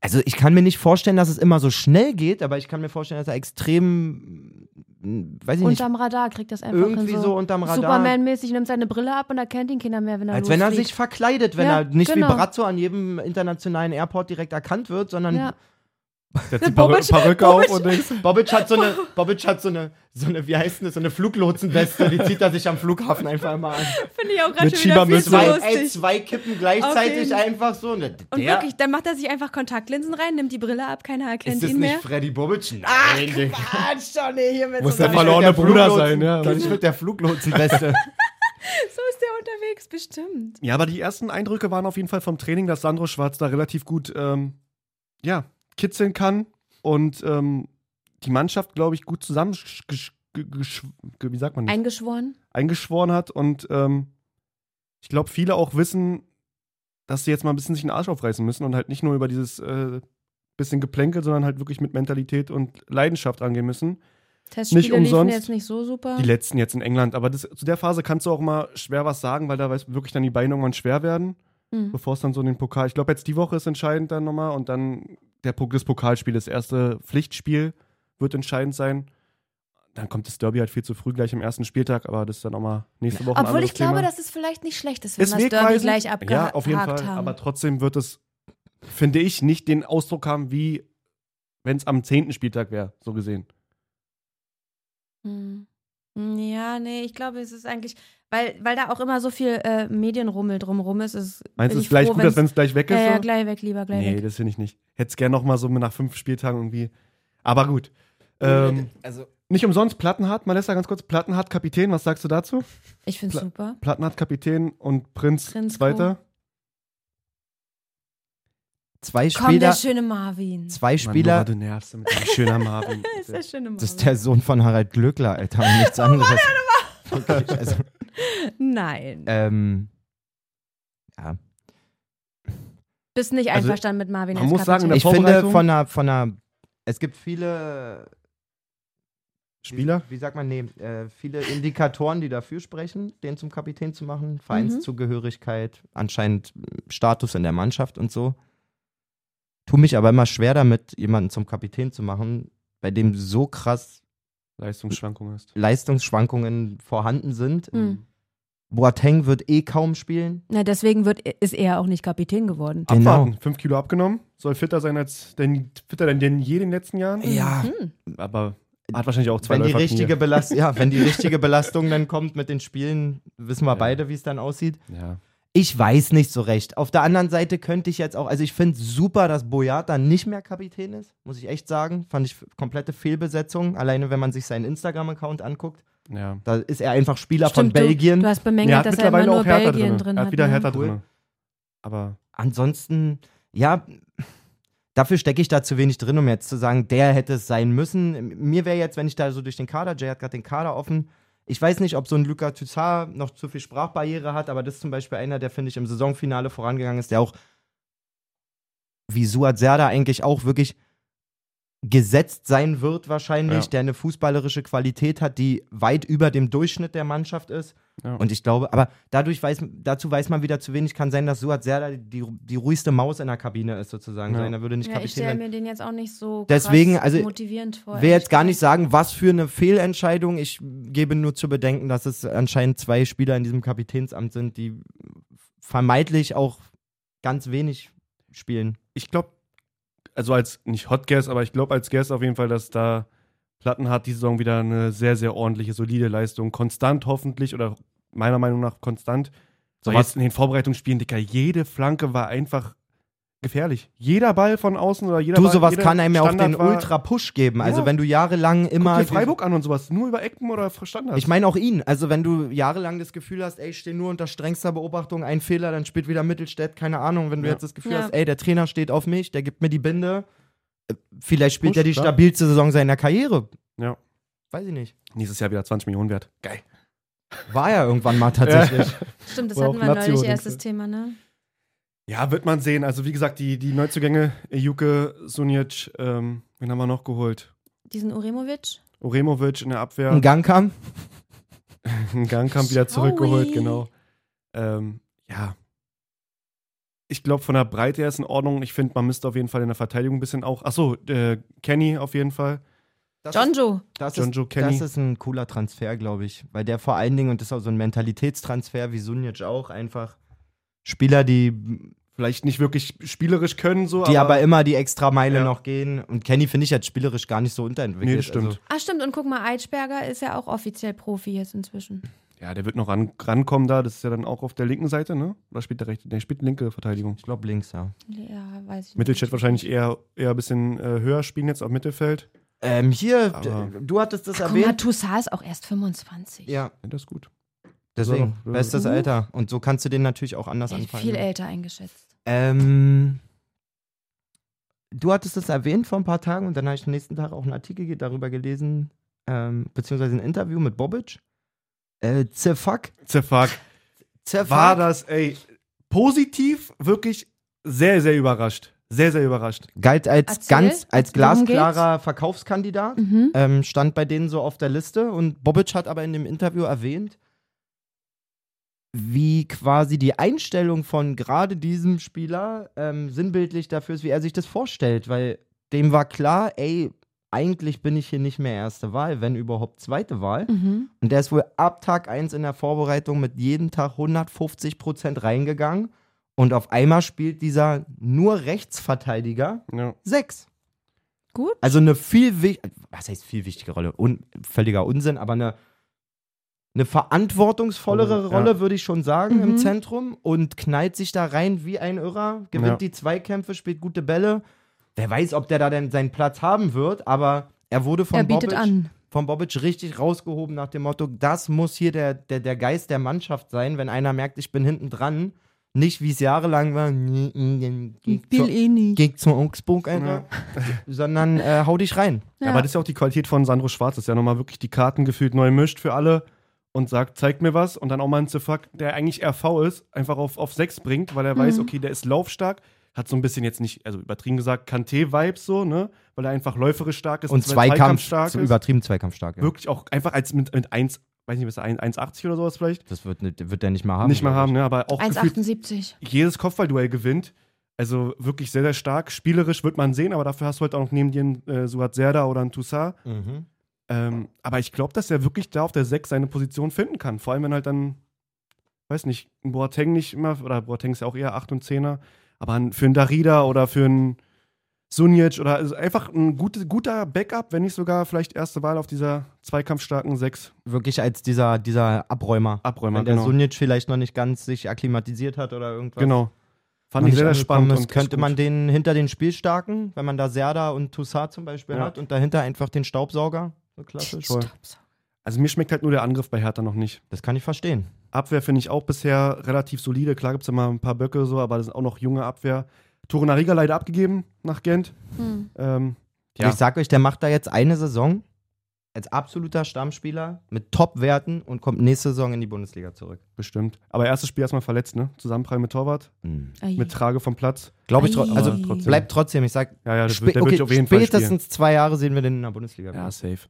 Also ich kann mir nicht vorstellen, dass es immer so schnell geht, aber ich kann mir vorstellen, dass er extrem, mm, weiß ich nicht,
Unterm Radar kriegt das einfach
irgendwie
hin,
so,
so.
unterm Radar.
Superman-mäßig nimmt seine Brille ab und erkennt ihn Kinder mehr, wenn er
als wenn er
losfliegt.
sich verkleidet, wenn
Ja,
er nicht
genau.
wie Brazzo an jedem internationalen Airport direkt erkannt wird, sondern
Ja.
Setzt die
Bobic-
Perü- Perücke auf
Bobic-
und denkst,
Bobic hat so eine, Bobic hat so eine, so eine, wie heißt denn das, so eine Fluglotsenweste, die zieht er sich am Flughafen einfach immer an.
Finde ich auch gerade
Mit
schon wieder viel
Schiebermütze.
zu
Zwei,
lustig.
ey, zwei Kippen gleichzeitig
Auf jeden-
einfach so. Ne,
Und
der,
wirklich, dann macht er sich einfach Kontaktlinsen rein, nimmt die Brille ab, keiner erkennt
ist das
ihn
nicht
mehr. Ah,
Freddy Bobic? Nein, Ach, Digga.
Quatsch, doch nee, hier mit
Muss
so
der
einer-
verloren- verlorene Bruder sein, ja.
Kann ich mit
[laughs]
der Fluglotsenweste.
So ist der unterwegs, bestimmt.
Ja, aber die ersten Eindrücke waren auf jeden Fall vom Training, dass Sandro Schwarz da relativ gut ähm, ja, kitzeln kann und ähm, die Mannschaft, glaube ich, gut zusammen, gesch- gesch- gesch- ge- wie sagt man das?
Eingeschworen?
eingeschworen hat. Und ähm, ich glaube, viele auch wissen, dass sie jetzt mal ein bisschen sich den Arsch aufreißen müssen und halt nicht nur über dieses äh, bisschen Geplänkel, sondern halt wirklich mit Mentalität und Leidenschaft rangehen müssen.
Testspiele
Nicht umsonst.
liefen jetzt nicht so super.
Die letzten jetzt in England. Aber das, zu der Phase kannst du auch mal schwer was sagen, weil da weiß wirklich dann die Beine irgendwann schwer werden.
Mhm.
bevor es dann so in den Pokal. Ich glaube, jetzt die Woche ist entscheidend dann nochmal und dann der, Pok- das Pokalspiel, das erste Pflichtspiel wird entscheidend sein. Dann kommt das Derby halt viel zu früh gleich am ersten Spieltag, aber das ist dann nochmal nächste Woche. ein
Obwohl
anderes
ich glaube,
Thema.
dass es vielleicht nicht schlecht ist, wenn wir das Derby
wegweisend.
gleich abgehakt
Ja, auf jeden Fall.
haben.
Aber trotzdem wird es, finde ich, nicht den Ausdruck haben, wie wenn es am zehnten Spieltag wäre, so gesehen.
Mhm. Ja, nee, ich glaube, es ist eigentlich, weil, weil da auch immer so viel äh, Medienrummel drumrum ist. ist
Meinst
bin
du, es
ich
ist gleich
froh,
gut, dass wenn
wenn's-
es gleich weg ist?
Ja, ja,
so?
gleich weg, lieber gleich
nee,
weg. Äh,
das finde ich nicht. Hätte es gern nochmal so nach fünf Spieltagen irgendwie. Aber gut. Ähm,
also,
Nicht umsonst Plattenhardt, Malessa, ganz kurz, Plattenhardt Kapitän, was sagst du dazu?
Ich finde es
Pla-
super.
Plattenhardt Kapitän und Prinz,
Prinz
Zweiter.
Zwei
Komm, der
Spieler,
schöne Marvin.
zwei
Mann,
Spieler,
Nora, du nervst mit deinem schöner Marvin.
Das [laughs] ist der schöne Marvin. Oh,
das ist der Sohn von Harald Glöckler, Alter,
[laughs]
und nichts anderes. Wirklich, also,
Nein.
[laughs]
ähm, ja.
Bist nicht
also,
einverstanden mit Marvin
man
als
muss sagen, in der
Kapitän.
Ich finde
Vorbereitung-
von einer, von einer, es gibt viele
Spieler?
Wie, wie sagt man, nee, äh, viele Indikatoren, die dafür sprechen, den zum Kapitän zu machen. Vereinszugehörigkeit, anscheinend äh, Status in der Mannschaft und so. Tu mich aber immer schwer damit, jemanden zum Kapitän zu machen, bei dem so krass
Leistungsschwankung hast.
Leistungsschwankungen vorhanden sind.
Mhm.
Hm.
Boateng wird eh kaum spielen.
Na, deswegen wird, ist er auch nicht Kapitän geworden.
Genau.
Abwarten, 5 Kilo abgenommen, soll fitter sein als denn, fitter denn, denn je in den letzten Jahren.
Ja,
Hm.
Aber hat wahrscheinlich auch zwei
wenn die,
Läufer
richtige Belast ja
[laughs]
wenn die richtige Belastung dann kommt mit den Spielen, wissen wir
Ja.
beide, wie es dann aussieht.
Knie. Ja.
Ich weiß nicht so recht. Auf der anderen Seite könnte ich jetzt auch, also ich finde super, dass Boyata nicht mehr Kapitän ist, muss ich echt sagen. Fand ich f- komplette Fehlbesetzung. Alleine wenn man sich seinen Instagram-Account anguckt,
ja.
da ist er einfach Spieler von
Stimmt, du-
Belgien.
Du hast bemängelt,
er hat
dass er immer
mittlerweile
nur
auch Hertha
Belgien
drin.
drin
er
hat.
hat wieder
ne?
Hertha
Cool.
drin. Aber
Ansonsten, ja, dafür stecke ich da zu wenig drin, um jetzt zu sagen, der hätte es sein müssen. Mir wäre jetzt, wenn ich da so durch den Kader, Jay hat gerade den Kader offen, ich weiß nicht, ob so ein Luca Tussard noch zu viel Sprachbarriere hat, aber das ist zum Beispiel einer, der, finde ich, im Saisonfinale vorangegangen ist, der auch, wie Suat Serda eigentlich auch wirklich gesetzt sein wird wahrscheinlich,
Ja.
der eine fußballerische Qualität hat, die weit über dem Durchschnitt der Mannschaft ist.
ja.
Und ich glaube, aber dadurch weiß, dazu weiß man wieder zu wenig. Kann sein, dass Suat Serdar die, die ruhigste Maus in der Kabine ist, sozusagen.
Ja.
Sein. Er würde nicht
Ja, ich
Kapitän
stelle
werden.
mir den jetzt auch nicht so
Deswegen,
krass
also,
motivierend vor.
Ich will jetzt
ehrlich
gar nicht sagen, was für eine Fehlentscheidung. Ich gebe nur zu bedenken, dass es anscheinend zwei Spieler in diesem Kapitänsamt sind, die vermeintlich auch ganz wenig spielen.
ich glaube, also als nicht Hot Guess, aber ich glaube als Guess auf jeden Fall, dass da Plattenhardt diese Saison wieder eine sehr, sehr ordentliche, solide Leistung, konstant hoffentlich oder meiner Meinung nach konstant. So
Aber
jetzt in den Vorbereitungsspielen, Dicker, jede Flanke war einfach gefährlich. Jeder Ball von außen oder jeder
Du,
Ball,
sowas
jeder
kann einem ja auch
Standard
den
war-
Ultra-Push geben. Also,
Ja.
wenn du jahrelang
Guck
immer.
dir Freiburg an und sowas, nur über Ecken oder Standards.
Ich meine auch ihn. Also wenn du jahrelang das Gefühl hast, ey, ich stehe nur unter strengster Beobachtung, ein Fehler, dann spielt wieder Mittelstädt, keine Ahnung. Wenn du
Ja.
jetzt das Gefühl
Ja.
hast, ey, der Trainer steht auf mich, der gibt mir die Binde, äh, vielleicht spielt
Push,
er die
klar.
stabilste Saison seiner Karriere.
Ja.
Weiß ich nicht.
Nächstes Jahr wieder 20 Millionen wert. Geil.
War er irgendwann mal tatsächlich.
gesagt. Stimmt, das
Wo
hatten
auch
wir
Lazio
neulich
drin
erst das
ist.
Thema, ne?
Ja, wird man sehen. Also wie gesagt, die, die Neuzugänge, Ejuke, Sunic, ähm, wen haben wir noch geholt?
Diesen Uremovic.
Uremovic in der Abwehr.
Ein Gang kam.
Ein Gang kam wieder
Schaui.
zurückgeholt, genau. Ähm, ja. Ich glaube, von der Breite her ist in Ordnung. Ich finde, man müsste auf jeden Fall in der Verteidigung ein bisschen auch. Achso, äh, Kenny auf jeden Fall.
Das
John
ist,
Joe.
das,
John
ist,
Joe Kenny.
das ist ein cooler Transfer, glaube ich. Weil der vor allen Dingen, und das ist auch so ein Mentalitätstransfer wie Sunic auch, einfach Spieler, die
Vielleicht nicht wirklich spielerisch können, so.
die aber, immer die extra Meile
Ja.
noch gehen. Und Kenny finde ich jetzt spielerisch gar nicht so unterentwickelt.
Nee, das stimmt.
Also,
Ach Ah, stimmt, und guck mal, Eitschberger ist ja auch offiziell Profi jetzt inzwischen.
ja, der wird noch ran, rankommen da. Das ist ja dann auch auf der linken Seite, ne? Oder spielt der rechte? Der spielt linke Verteidigung.
ich glaube links, ja.
Ja, weiß ich
Mittelstädt
nicht.
wahrscheinlich eher, eher ein bisschen äh, höher spielen jetzt auf Mittelfeld.
Ähm, hier,
Aber-
d- du hattest das
Ach, guck mal,
erwähnt.
Toussaint ist auch erst 25.
ja,
Ja, das ist gut.
deswegen.
Ja.
Bestes
Mhm.
Alter. Und so kannst du den natürlich auch anders
Ey,
anfangen.
viel älter eingeschätzt.
Ähm, du hattest das erwähnt vor ein paar Tagen und dann habe ich am nächsten Tag auch einen Artikel ge- darüber gelesen, ähm, beziehungsweise ein Interview mit Bobic. Äh, Zerfuck.
Zerfag. War das, ey, positiv wirklich sehr, sehr überrascht. Sehr, sehr überrascht.
Galt als
Erzähl,
ganz, als
worum
glasklarer Verkaufskandidat.
Mhm.
ähm, stand bei denen so auf der Liste und Bobic hat aber in dem Interview erwähnt, wie quasi die Einstellung von gerade diesem Spieler ähm, sinnbildlich dafür ist, wie er sich das vorstellt, weil dem war klar, ey, eigentlich bin ich hier nicht mehr erste Wahl, wenn überhaupt zweite Wahl.
Mhm.
Und der ist wohl ab Tag 1 in der Vorbereitung mit jedem Tag 150 Prozent reingegangen und auf einmal spielt dieser nur Rechtsverteidiger
Ja.
sechs.
Gut.
Also eine viel wichtige, was heißt viel wichtige Rolle? Un völliger Unsinn, aber eine, eine verantwortungsvollere
Ja.
Rolle, würde ich schon sagen, im
Mhm.
Zentrum und knallt sich da rein wie ein Irrer, gewinnt
Ja.
die Zweikämpfe, spielt gute Bälle. Wer weiß, ob der da denn seinen Platz haben wird, aber er wurde von
Er bietet
Bobic,
an.
von Bobic richtig rausgehoben nach dem Motto, das muss hier der, der, der Geist der Mannschaft sein, wenn einer merkt, ich bin hinten dran. Nicht wie es jahrelang war, nee, nee, nee, geh
Will
zu,
eh nie.
geh zu Augsburg, Alter, sondern äh, hau dich rein.
Ja. Aber das ist ja auch die Qualität von Sandro Schwarz, dass er nochmal wirklich die Karten gefühlt neu mischt für alle und sagt, zeigt mir was und dann auch mal einen Ziffak, der eigentlich RV ist, einfach auf, auf 6 bringt, weil er weiß, okay, der ist laufstark, hat so ein bisschen jetzt nicht, also übertrieben gesagt, Kanté-Vibes so, ne? Weil er einfach läuferisch stark ist
Und Zweikampf,
zweikampfstark
so
ist.
übertrieben zweikampfstark. Ja.
Wirklich auch einfach als mit, mit 1, weiß nicht, was er, 1,80 oder sowas vielleicht.
Das wird, ne- wird der nicht mal haben.
nicht mehr
glaub
haben,
ich.
ne? Aber auch gefühlt
1,78.
jedes Kopfballduell gewinnt. Also wirklich sehr, sehr stark. Spielerisch wird man sehen, aber dafür hast du halt auch noch neben dir einen äh, Suat Serda oder einen Toussaint.
Mhm.
Ähm, aber ich glaube, dass er wirklich da auf der 6 seine Position finden kann. Vor allem, wenn halt dann, weiß nicht, ein Boateng nicht immer, oder Boateng ist ja auch eher 8 und 10er, aber ein- für einen Darida oder für einen Sunic oder also einfach ein gute, guter Backup, wenn nicht sogar vielleicht erste Wahl auf dieser zweikampfstarken 6
Wirklich als dieser, dieser Abräumer.
Abräumer.
wenn der
genau.
Sunic vielleicht noch nicht ganz sich akklimatisiert hat oder irgendwas.
genau. Fand
noch
ich
nicht
sehr, sehr
angekommen
spannend.
ist,
und
könnte
gut.
man den hinter den Spielstarken, wenn man da Serda und Toussaint zum Beispiel
Ja.
hat und dahinter einfach den Staubsauger, so klassisch.
Voll. Also mir schmeckt halt nur der Angriff bei Hertha noch nicht.
Das kann ich verstehen.
Abwehr finde ich auch bisher relativ solide. Klar gibt es immer ein paar Böcke so, aber das ist auch noch junge Abwehr. Torunariga leider abgegeben nach Gent.
Hm.
Ähm,
Und
Ja.
Ich sag euch, der macht da jetzt eine Saison als absoluter Stammspieler mit Top-Werten und kommt nächste Saison in die Bundesliga zurück.
bestimmt. Aber erstes Spiel erstmal verletzt, ne? Zusammenprall mit Torwart,
Ai.
mit Trage vom Platz. Äh,
Glaube ich, tro
Ei.
also
Aber trotzdem.
bleibt trotzdem. Ich sag,
Ja, ja, das
spä
wird, der
okay,
wird auf jeden Fall spielen.
spätestens zwei Jahre sehen wir den in der Bundesliga.
Ja, safe.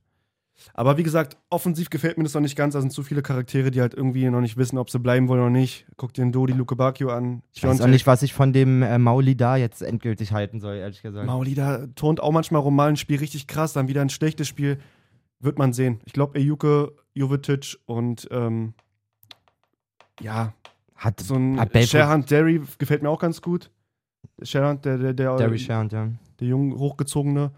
Aber wie gesagt, offensiv gefällt mir das noch nicht ganz. Da sind zu viele Charaktere, die halt irgendwie noch nicht wissen, ob sie bleiben wollen oder nicht. Guck dir den Dodi Luke Bakio an.
Ich weiß auch nicht, was ich von dem äh, Mauli da jetzt endgültig halten soll, ehrlich gesagt.
Mauli, da turnt auch manchmal rum, mal ein Spiel richtig krass, dann wieder ein schlechtes Spiel. Wird man sehen. Ich glaube, Ejuke, Jovetic und ähm, ja,
Hat
so ein
Ah, Belfry.
Sherhand Derry gefällt mir auch ganz gut. Sherhand, der, der, der,
Derry Sherrand, ja.
der junge, hochgezogene.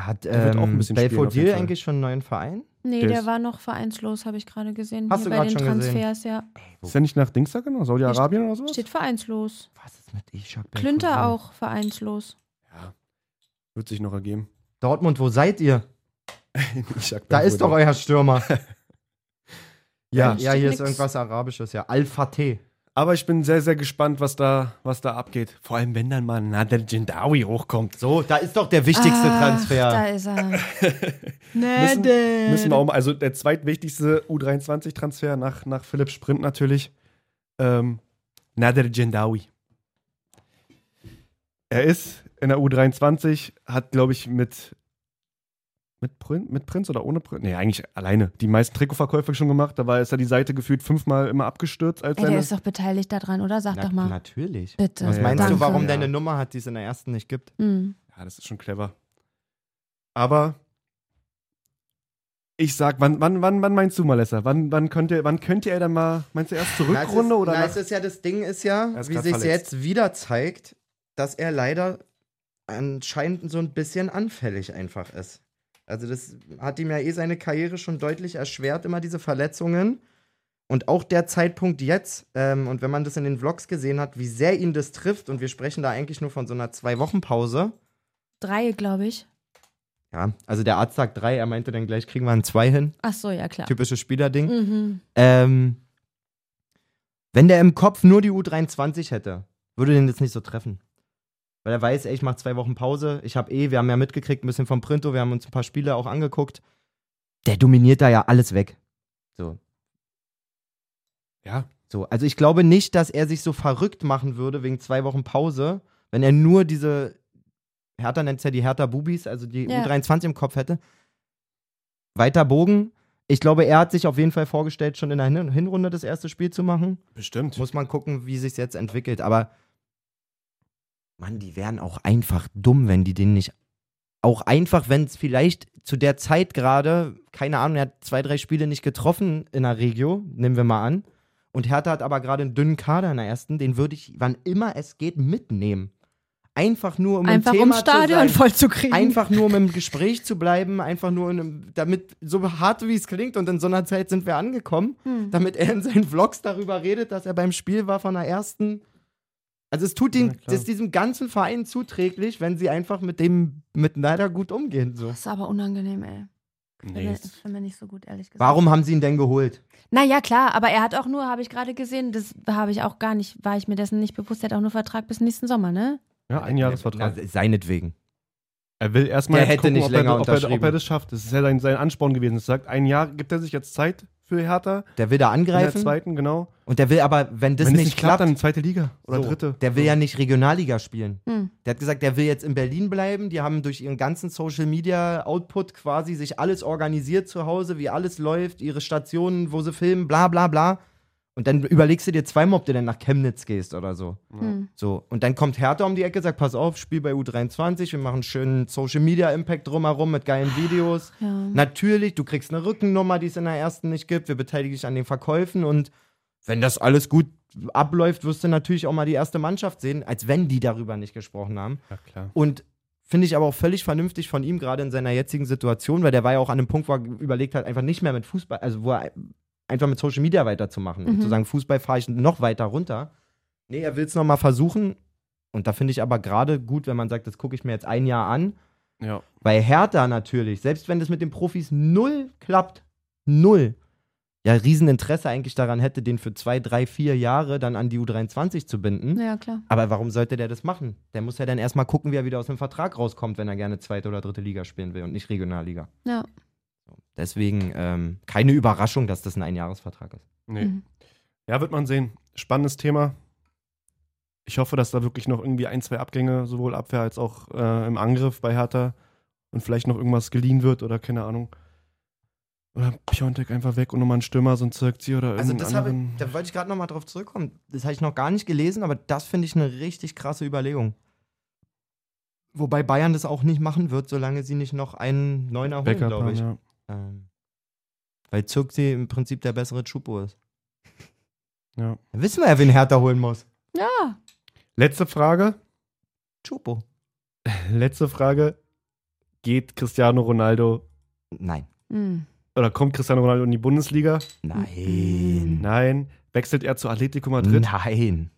Hat
Der wird auch ein
ähm,
bisschen spielen, auf jeden
Belfodil
Fall.
eigentlich schon einen neuen Verein?
Nee,
Der
der
ist-
war noch vereinslos, habe ich gerade gesehen.
Hast du
Hier bei
grad
den
schon gesehen?
Transfers, ja.
Oh.
Ist der nicht nach Dings da genau? Saudi-Arabien oder sowas?
Steht vereinslos.
Was ist mit Ishak
Klünter auch vereinslos.
Wird sich noch
[laughs]
ergeben.
Dortmund, wo seid ihr?
Ishak
Da ist doch
Belfodil. [laughs]
euer Stürmer.
Ja,
ja, hier
nix.
ist irgendwas Arabisches, ja. Al-Fateh.
aber ich bin sehr, sehr gespannt, was da, was da abgeht. Vor allem, wenn dann mal Nader Jindawi hochkommt.
So, da ist doch der wichtigste
Ach, Da
Transfer.
ist
[laughs]
er. Ne?
Müssen-
Nede.
Müssen wir auch mal, also der zweitwichtigste U23-Transfer nach, nach Philipp Sprint natürlich. Ähm, Nader Jendawi. Er ist in der U23, hat, glaube ich, mit, mit, Prin, mit Prinz oder ohne Prinz? Nee, eigentlich alleine. Die meisten Trikotverkäufe schon gemacht. Dabei ist ja die Seite gefühlt fünfmal immer abgestürzt. Als
Ey, der
seine-
ist doch beteiligt daran, oder? Sag
Na-
doch mal. Äh,
Natürlich.
Bitte.
Was
Ja,
meinst
danke.
du, warum
Ja.
deine Nummer hat, die es in der ersten nicht gibt?
Hm.
ja, das ist schon clever. Aber ich sag, wann, wann, wann, wann meinst du mal, Lesser? Wann, wann, könnte, wann könnte er dann mal, meinst du erst zur Rückrunde oder
na,
nach
es ist ja das Ding ist ja,
Er ist
wie
grad
sich
verletzt.
jetzt wieder zeigt, dass er leider anscheinend so ein bisschen anfällig einfach ist. Also das hat ihm ja eh seine Karriere schon deutlich erschwert, immer diese Verletzungen. Und auch der Zeitpunkt jetzt, ähm, und wenn man das in den Vlogs gesehen hat, wie sehr ihn das trifft, und wir sprechen da eigentlich nur von so einer Zwei-Wochen-Pause.
Drei, glaube ich.
Ja, also der Arzt sagt drei, er meinte dann gleich, kriegen wir ein Zwei hin.
Ach so, ja klar.
Typisches Spielerding.
Mhm.
Ähm, wenn der im Kopf nur die U23 hätte, würde den das nicht so treffen. Weil er weiß, ey, ich mache zwei Wochen Pause. Ich habe eh, wir haben ja mitgekriegt, ein bisschen vom Printo, wir haben uns ein paar Spiele auch angeguckt. Der dominiert da ja alles weg. So.
Ja.
So, also ich glaube nicht, dass er sich so verrückt machen würde wegen zwei Wochen Pause, wenn er nur diese, Hertha nennt es ja die Hertha Bubis, also die
Ja.
U23 im Kopf hätte. Weiter Bogen. Ich glaube, er hat sich auf jeden Fall vorgestellt, schon in der Hin Hinrunde das erste Spiel zu machen.
Bestimmt.
Muss man gucken, wie sich jetzt entwickelt. Aber Mann, die wären auch einfach dumm, wenn die den nicht. Auch einfach, wenn es vielleicht zu der Zeit gerade, keine Ahnung, er hat zwei, drei Spiele nicht getroffen in der Regio, nehmen wir mal an. Und Hertha hat aber gerade einen dünnen Kader in der ersten, den würde ich, wann immer es geht, mitnehmen. Einfach nur um
Einfach
im Thema
ums Stadion
zu sein.
voll zu kriegen.
Einfach nur um im Gespräch zu bleiben, einfach nur in einem, damit, so hart wie es klingt, und in so einer Zeit sind wir angekommen,
Hm.
damit er in seinen Vlogs darüber redet, dass er beim Spiel war von der ersten. Also es tut
Ja,
ihn,
klar.
ist diesem ganzen Verein zuträglich, wenn sie einfach mit dem miteinander gut umgehen. So.
Das ist aber unangenehm, ey. Finde
Nee,
ich find mir nicht so gut, ehrlich gesagt.
Warum haben sie ihn denn geholt?
Naja, klar, aber er hat auch nur, habe ich gerade gesehen, das habe ich auch gar nicht, war ich mir dessen nicht bewusst, er hat auch nur Vertrag bis nächsten Sommer, ne?
ja, ein Jahresvertrag.
Na, seinetwegen.
Er will erstmal
Der
jetzt
hätte nicht
ob,
länger
er, ob, er, ob
unterschrieben.
er das schafft. Das ist ja sein, sein Ansporn gewesen. Er sagt, ein Jahr gibt er sich jetzt Zeit für Hertha.
Der will da
In der
angreifen
zweiten, genau.
und der will aber, wenn das
Wenn es
nicht klappt,
dann zweite Liga oder
so,
dritte.
der will ja nicht Regionalliga spielen.
Hm.
Der hat gesagt, der will jetzt in Berlin bleiben. Die haben durch ihren ganzen Social Media Output quasi sich alles organisiert zu Hause, wie alles läuft, ihre Stationen, wo sie filmen, bla bla bla. Und dann überlegst du dir zweimal, ob du denn nach Chemnitz gehst oder so.
Hm.
So, und dann kommt Hertha um die Ecke, sagt, pass auf, spiel bei U23, wir machen schönen Social Media Impact drumherum mit geilen Videos.
Ja.
Natürlich, du kriegst eine Rückennummer, die es in der ersten nicht gibt. Wir beteiligen dich an den Verkäufen und wenn das alles gut abläuft, wirst du natürlich auch mal die erste Mannschaft sehen, als wenn die darüber nicht gesprochen haben.
Ja, klar.
Und finde ich aber auch völlig vernünftig von ihm, gerade in seiner jetzigen Situation, weil der war ja auch an einem Punkt, wo er überlegt hat, einfach nicht mehr mit Fußball, also wo er einfach mit Social Media weiterzumachen
Mhm.
und zu sagen, Fußball fahre ich noch weiter runter. Nee, er will es nochmal versuchen. Und da finde ich aber gerade gut, wenn man sagt, das gucke ich mir jetzt ein Jahr an,
Ja.
bei Hertha natürlich, selbst wenn das mit den Profis null klappt, null, ja, Rieseninteresse eigentlich daran hätte, den für zwei, drei, vier Jahre dann an die U23 zu binden.
ja, klar.
Aber warum sollte der das machen? Der muss ja dann erstmal gucken, wie er wieder aus dem Vertrag rauskommt, wenn er gerne zweite oder dritte Liga spielen will und nicht Regionalliga.
Ja.
Deswegen ähm, keine Überraschung, dass das ein Einjahresvertrag ist.
Nee.
Mhm.
Ja, wird man sehen. Spannendes Thema. Ich hoffe, dass da wirklich noch irgendwie ein, zwei Abgänge, sowohl Abwehr als auch äh, im Angriff bei Hertha und vielleicht noch irgendwas geliehen wird oder keine Ahnung. Oder Piontek einfach weg und nochmal ein Stürmer, so ein Zirkzi oder
Also
irgendeinen
das habe
anderen.
da wollte ich gerade nochmal drauf zurückkommen. Das habe ich noch gar nicht gelesen, aber das finde ich eine richtig krasse Überlegung. Wobei Bayern das auch nicht machen wird, solange sie nicht noch einen neuen erholen,
Backup
glaube
haben,
ich.
ja.
Ähm, weil Zirkzee im Prinzip der bessere Chupo ist.
Ja.
Dann wissen wir ja, wen Hertha holen muss.
Ja.
Letzte Frage.
Chupo.
Letzte Frage. Geht Cristiano Ronaldo
Nein.
Mhm.
Hm.
oder kommt Cristiano Ronaldo in die Bundesliga?
Nein.
Nein. Wechselt er zu Atletico Madrid?
Hm.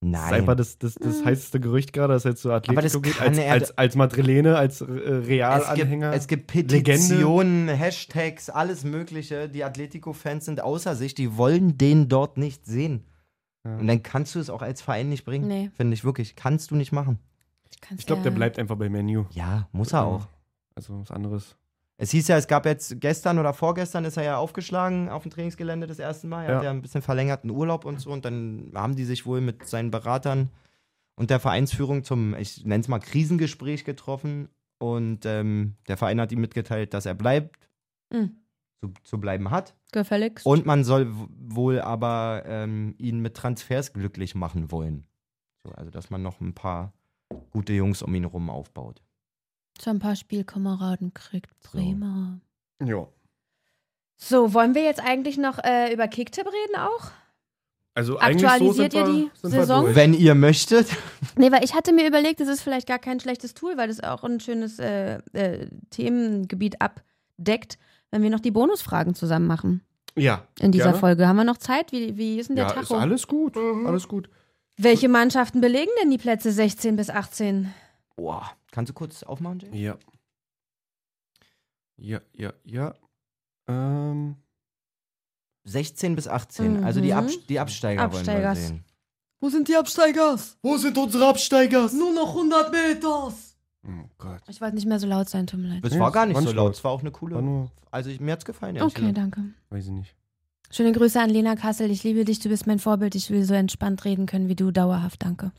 Nein.
Das ist einfach
Nein.
das, das, das
Mhm.
heißeste Gerücht gerade, dass er jetzt zu Atletico
Aber das
geht.
kann
Als,
er-
als, als Madrilene, als äh,
Es gibt,
Real-Anhänger.
es gibt Petitionen, Hashtags, alles Mögliche. Die Atletico-Fans sind außer sich. Die wollen den dort nicht sehen.
Ja.
Und dann kannst du es auch als Verein nicht bringen.
Nee.
Finde ich wirklich. Kannst du nicht machen.
Kannst
Ich glaube, der
ja-
bleibt einfach bei Menu.
Ja, muss er auch.
Also was anderes.
Es hieß ja, es gab jetzt gestern oder vorgestern ist er ja aufgeschlagen auf dem Trainingsgelände das erste Mal. Er
Ja.
hat ja ein bisschen verlängerten Urlaub und so. Und dann haben die sich wohl mit seinen Beratern und der Vereinsführung zum, ich nenne es mal, Krisengespräch getroffen. Und ähm, der Verein hat ihm mitgeteilt, dass er bleibt,
Hm.
zu, zu bleiben hat.
Gefälligst.
Und man soll w- wohl aber ähm, ihn mit Transfers glücklich machen wollen. So, also, dass man noch ein paar gute Jungs um ihn rum aufbaut.
so ein paar Spielkameraden kriegt. Prima.
Ja.
So, wollen wir jetzt eigentlich noch äh, über Kicktipp reden auch?
Also
Aktualisiert ihr die Saison?
durch.
Wenn ihr möchtet.
Nee, weil ich hatte mir überlegt, das ist vielleicht gar kein schlechtes Tool, weil das auch ein schönes äh, äh, Themengebiet abdeckt, wenn wir noch die Bonusfragen zusammen machen.
ja.
In dieser
gerne.
Folge haben wir noch Zeit. Wie, wie ist denn der
Ja, ist
Tacho? Mhm.
alles gut. Alles gut.
Welche Mannschaften belegen denn die Plätze 16 bis 18?
Boah, kannst du kurz aufmachen, Jay?
Ja. Ja, ja, ja. Ähm,
16 bis 18, also
Mhm.
die, Ab die Absteiger wollen
Absteigers.
wir sehen.
Wo sind die Absteigers?
Wo sind unsere Absteiger?
Nur noch 100 Meter.
oh Gott.
Ich wollte nicht mehr so laut sein, tut mir leid.
Das
Nee,
war
das
gar nicht
waren
so
schon-
laut, es war auch eine
War
coole.
nur,
Also ich, mir hat's gefallen, ehrlich
Okay,
gesagt.
danke.
weiß ich nicht.
Schöne Grüße an Lena Kassel. Ich liebe dich, du bist mein Vorbild. Ich will so entspannt reden können wie du, dauerhaft. Danke.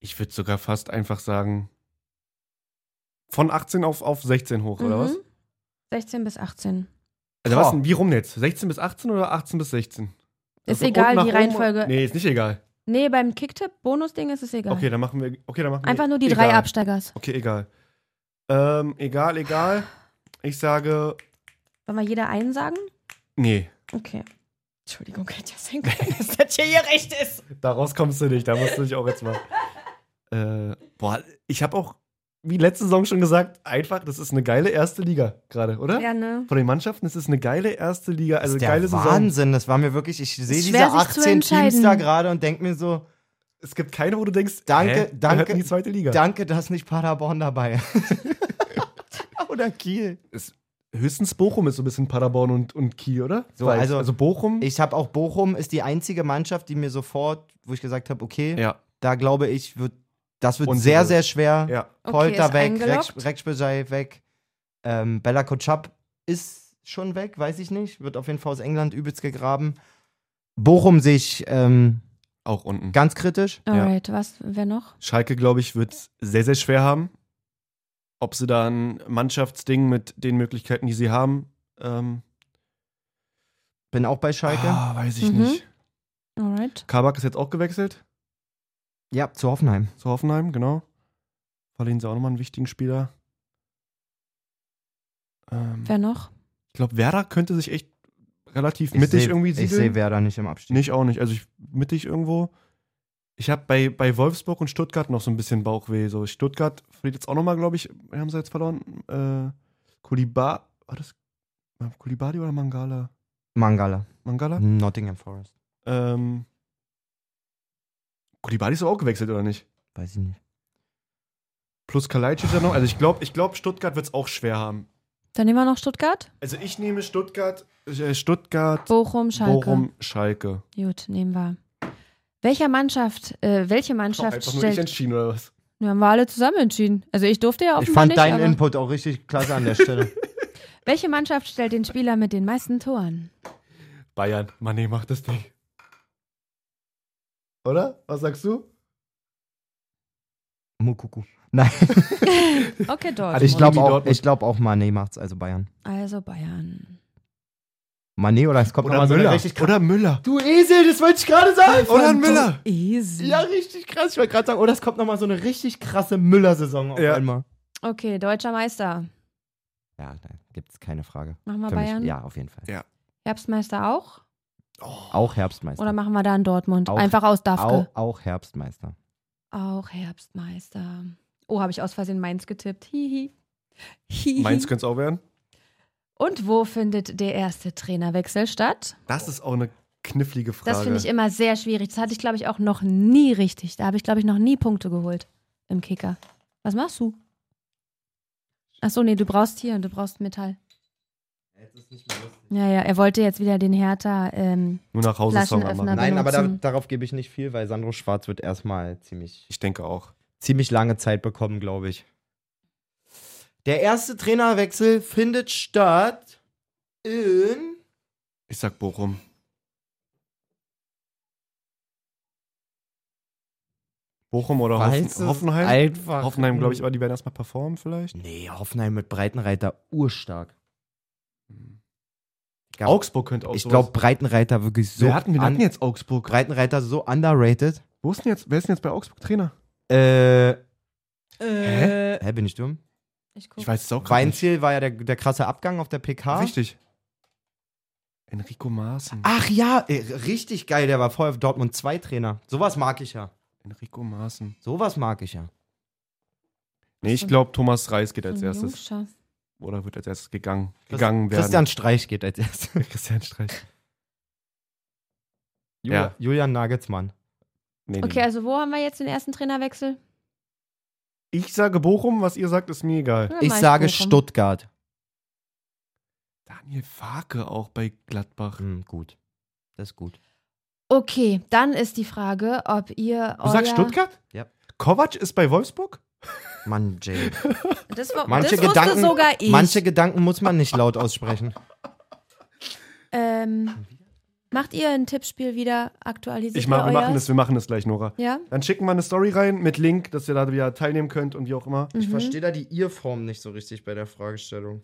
Ich würde sogar fast einfach sagen, von 18 auf, auf 16 hoch, oder
Mhm.
was?
16 bis 18.
Also
Boah.
was denn, wie rum jetzt? 16 bis 18 oder 18 bis 16?
Ist
Also
egal,
unten nach
die
oben-
Reihenfolge. Nee.
Nee, ist nicht egal.
beim Kicktipp-Bonus-Ding ist es egal.
Okay, dann machen wir. Okay, dann machen wir
Einfach nur die
egal.
drei Absteigers.
Okay, egal. Ähm, egal, egal. Ich sage.
Wollen wir jeder einen sagen?
Nee,
Okay. Entschuldigung, hätte ja sein können, [laughs] dass das hier ihr Recht ist.
daraus kommst du nicht. Da musst du dich auch jetzt
[laughs]
mal. Äh, boah, ich habe auch, wie letzte Saison schon gesagt, einfach, das ist eine geile erste Liga gerade, oder?
Ja, ne?
Von den Mannschaften, es ist eine geile erste Liga, also
ist der
geile Saison.
Wahnsinn, das war mir wirklich, ich sehe
Ist
diese
schwer, sich zu
18 Teams
entscheiden.
da gerade und denke mir so,
Es es gibt keine, wo du denkst,
Danke,
hä, der
danke,
hört in die zweite Liga.
Danke, dass nicht Paderborn dabei Oder Kiel.
Höchstens Bochum ist so ein bisschen Paderborn und, und Kiel, oder?
So,
Weiß.
also-
also Bochum.
Ich habe auch Bochum ist die einzige Mannschaft, die mir sofort, wo ich gesagt habe, okay,
ja,
da glaube ich, wird, das wird
Und
sehr,
Siegel.
sehr schwer.
ja.
Okay,
Polter
ist
weg,
eingeloggt.
Rex- Rekspejai weg, ähm, Bella Kotschap ist schon weg, weiß ich nicht. Wird auf jeden Fall aus England übelst gegraben. Bochum sehe ich ähm,
Auch unten.
ganz kritisch.
Alright, was, wer noch?
Schalke, glaube ich, wird es sehr, sehr schwer haben. Ob sie da ein Mannschaftsding mit den Möglichkeiten, die sie haben, ähm,
Bin auch bei Schalke.
Ah, weiß ich
Mhm.
nicht.
Alright.
Kabak ist jetzt auch gewechselt
Ja, zu Hoffenheim.
zu Hoffenheim, genau. Verlieren sie auch nochmal einen wichtigen Spieler. Ähm,
Wer noch?
ich glaube, Werder könnte sich echt relativ
Ich
mittig
seh-
irgendwie
Ich sehe
siedeln.
Werder nicht im Abstieg.
Nicht auch nicht. Also ich, mittig irgendwo. Ich habe bei, bei Wolfsburg und Stuttgart noch so ein bisschen Bauchweh. So Stuttgart verliert jetzt auch nochmal, glaube ich, wen haben sie jetzt verloren. Äh, Kuliba, war das Kulibadi oder Mangala?
Mangala.
Mangala?
Hm. Nottingham Forest.
Ähm, Kulibadi ist doch auch gewechselt, oder nicht?
Weiß ich nicht.
Plus Kalajdzic ja noch. Also ich glaube, ich glaub, Stuttgart wird es auch schwer haben.
Dann nehmen wir noch Stuttgart.
Also ich nehme Stuttgart, äh, Stuttgart,
Bochum, Schalke.
Bochum, Schalke.
Gut, nehmen wir. Welcher Mannschaft, äh, welche Mannschaft
einfach nur ich
stellt.
entschieden, oder was?
Wir haben wir alle zusammen entschieden. Also ich durfte ja
Ich
offenbar
fand
nicht.
deinen
aber
Input auch richtig klasse an der [laughs] Stelle.
welche Mannschaft stellt den Spieler mit den meisten Toren?
Bayern, Mané macht das Ding. Oder? Was sagst du?
Mukuku. Nein,
Okay,
Also
Dortmund.
ich glaube auch,
Dortmund.
ich glaub auch Mané macht's, also Bayern.
Also Bayern.
Mané oder es kommt
Oder
nochmal so eine
Müller.
richtig krasse-
oder Müller.
Du Esel, das wollte ich gerade sagen.
Oder ein Müller.
Easy.
Ja, richtig krass. Ich wollte gerade sagen, oh, das kommt nochmal so eine richtig krasse Müller-Saison auf
Ja.
einmal.
Okay, deutscher Meister.
Ja, da gibt es keine Frage.
Machen wir
Für
Bayern.
Mich, ja, auf jeden Fall.
Ja.
Herbstmeister auch?
Oh.
Auch Herbstmeister.
Oder machen wir da in Dortmund?
Auch-
Einfach aus
auch,
Dafke.
auch Herbstmeister.
Auch Herbstmeister. Oh, habe ich aus Versehen Mainz getippt. Hihi. Hihi.
Mainz könnte es auch werden.
Und wo findet der erste Trainerwechsel statt?
Das ist auch eine knifflige Frage.
Das finde ich immer sehr schwierig. Das hatte ich, glaube ich, auch noch nie richtig. Da habe ich, glaube ich, noch nie Punkte geholt im Kicker. Was machst du? Achso, nee, du brauchst hier und du brauchst Metall. Ja, ja, er wollte jetzt wieder den Hertha. Ähm,
Nur nach Hause Song
Flaschenöffner
anmachen.
Nein, aber da,
benutzen.
darauf gebe ich nicht viel, weil Sandro Schwarz wird erstmal ziemlich,
Ich denke auch.
ziemlich lange Zeit bekommen, glaube ich. Der erste Trainerwechsel findet statt in.
Ich sag Bochum. Bochum oder
Weiß
Hoffen
es
Hoffenheim?
Einfach.
Hoffenheim, glaube ich, aber die werden erstmal performen vielleicht.
Nee, Hoffenheim mit Breitenreiter urstark. Gab-
Augsburg könnte auch
ich
sowas-
glaube, Breitenreiter wirklich so.
Wer hatten wir
un-
hatten jetzt Augsburg?
Breitenreiter so underrated.
Wo ist denn jetzt, wer ist denn jetzt bei Augsburg Trainer?
Äh.
Hä?
Hä, bin ich dumm?
ich guck.
Ich weiß es auch grad nicht.
Weinziel war ja der, der krasse Abgang auf der
Ah?
PK.
Richtig. Enrico Maaßen.
Ach ja, äh, richtig geil, der war vorher auf Dortmund 2 Trainer. Sowas mag ich ja.
Enrico Maaßen.
Sowas mag ich ja.
Nee, ich glaube, Thomas Reis geht als
So ein
erstes.
Jungscher.
Oder wird als erstes gegangen, gegangen werden.
Christian Streich geht als erstes.
[laughs] Christian Streich.
Julia-
Ja.
Julian Nagelsmann.
Nee, nee,
Okay,
nee.
also wo haben wir jetzt den ersten Trainerwechsel?
Ich sage Bochum, was ihr sagt, ist mir egal.
Ja,
Ich
mach
sage
Bochum.
Stuttgart.
Daniel Farke auch bei Gladbach.
Hm, gut. Das ist gut.
Okay, dann ist die Frage, ob ihr.
Du sagst Stuttgart?
Ja.
Kovac ist bei Wolfsburg?
Mann, Jay.
Das, war,
Manche
das
Gedanken-
wusste sogar [laughs] ich.
Manche Gedanken muss man nicht laut aussprechen.
ähm, macht ihr ein Tippspiel wieder? Aktualisiert
Ich mach, wir
ihr
machen
euers?
das, wir machen das gleich, Nora.
Ja?
Dann schicken wir eine Story rein mit Link, dass ihr da wieder teilnehmen könnt und wie auch immer.
Ich
Mhm.
verstehe da die Ihr-Form nicht so richtig bei der Fragestellung.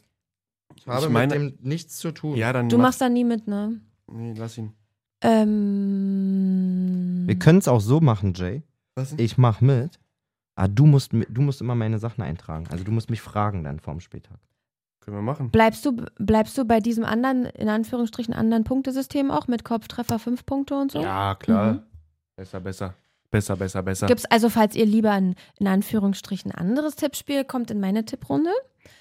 Ich habe
Ich meine-
mit dem nichts zu tun.
Ja, dann
Du
mach-
machst da nie mit, ne?
Nee, lass ihn.
Ähm,
Mhm.
Wir können es auch so machen, Jay.
Lass ihn.
Ich mache mit. Ah, du musst, mi- du musst immer meine Sachen eintragen. Also du musst mich fragen dann vorm Spieltag.
Können wir machen.
bleibst, du, bleibst du bei diesem anderen, in Anführungsstrichen, anderen Punktesystem auch mit Kopftreffer fünf Punkte und so? Mhm.
Ja, Besser, besser. Besser, besser, besser.
Gibt's also, falls ihr lieber ein, in Anführungsstrichen anderes Tippspiel, kommt in meine Tipprunde.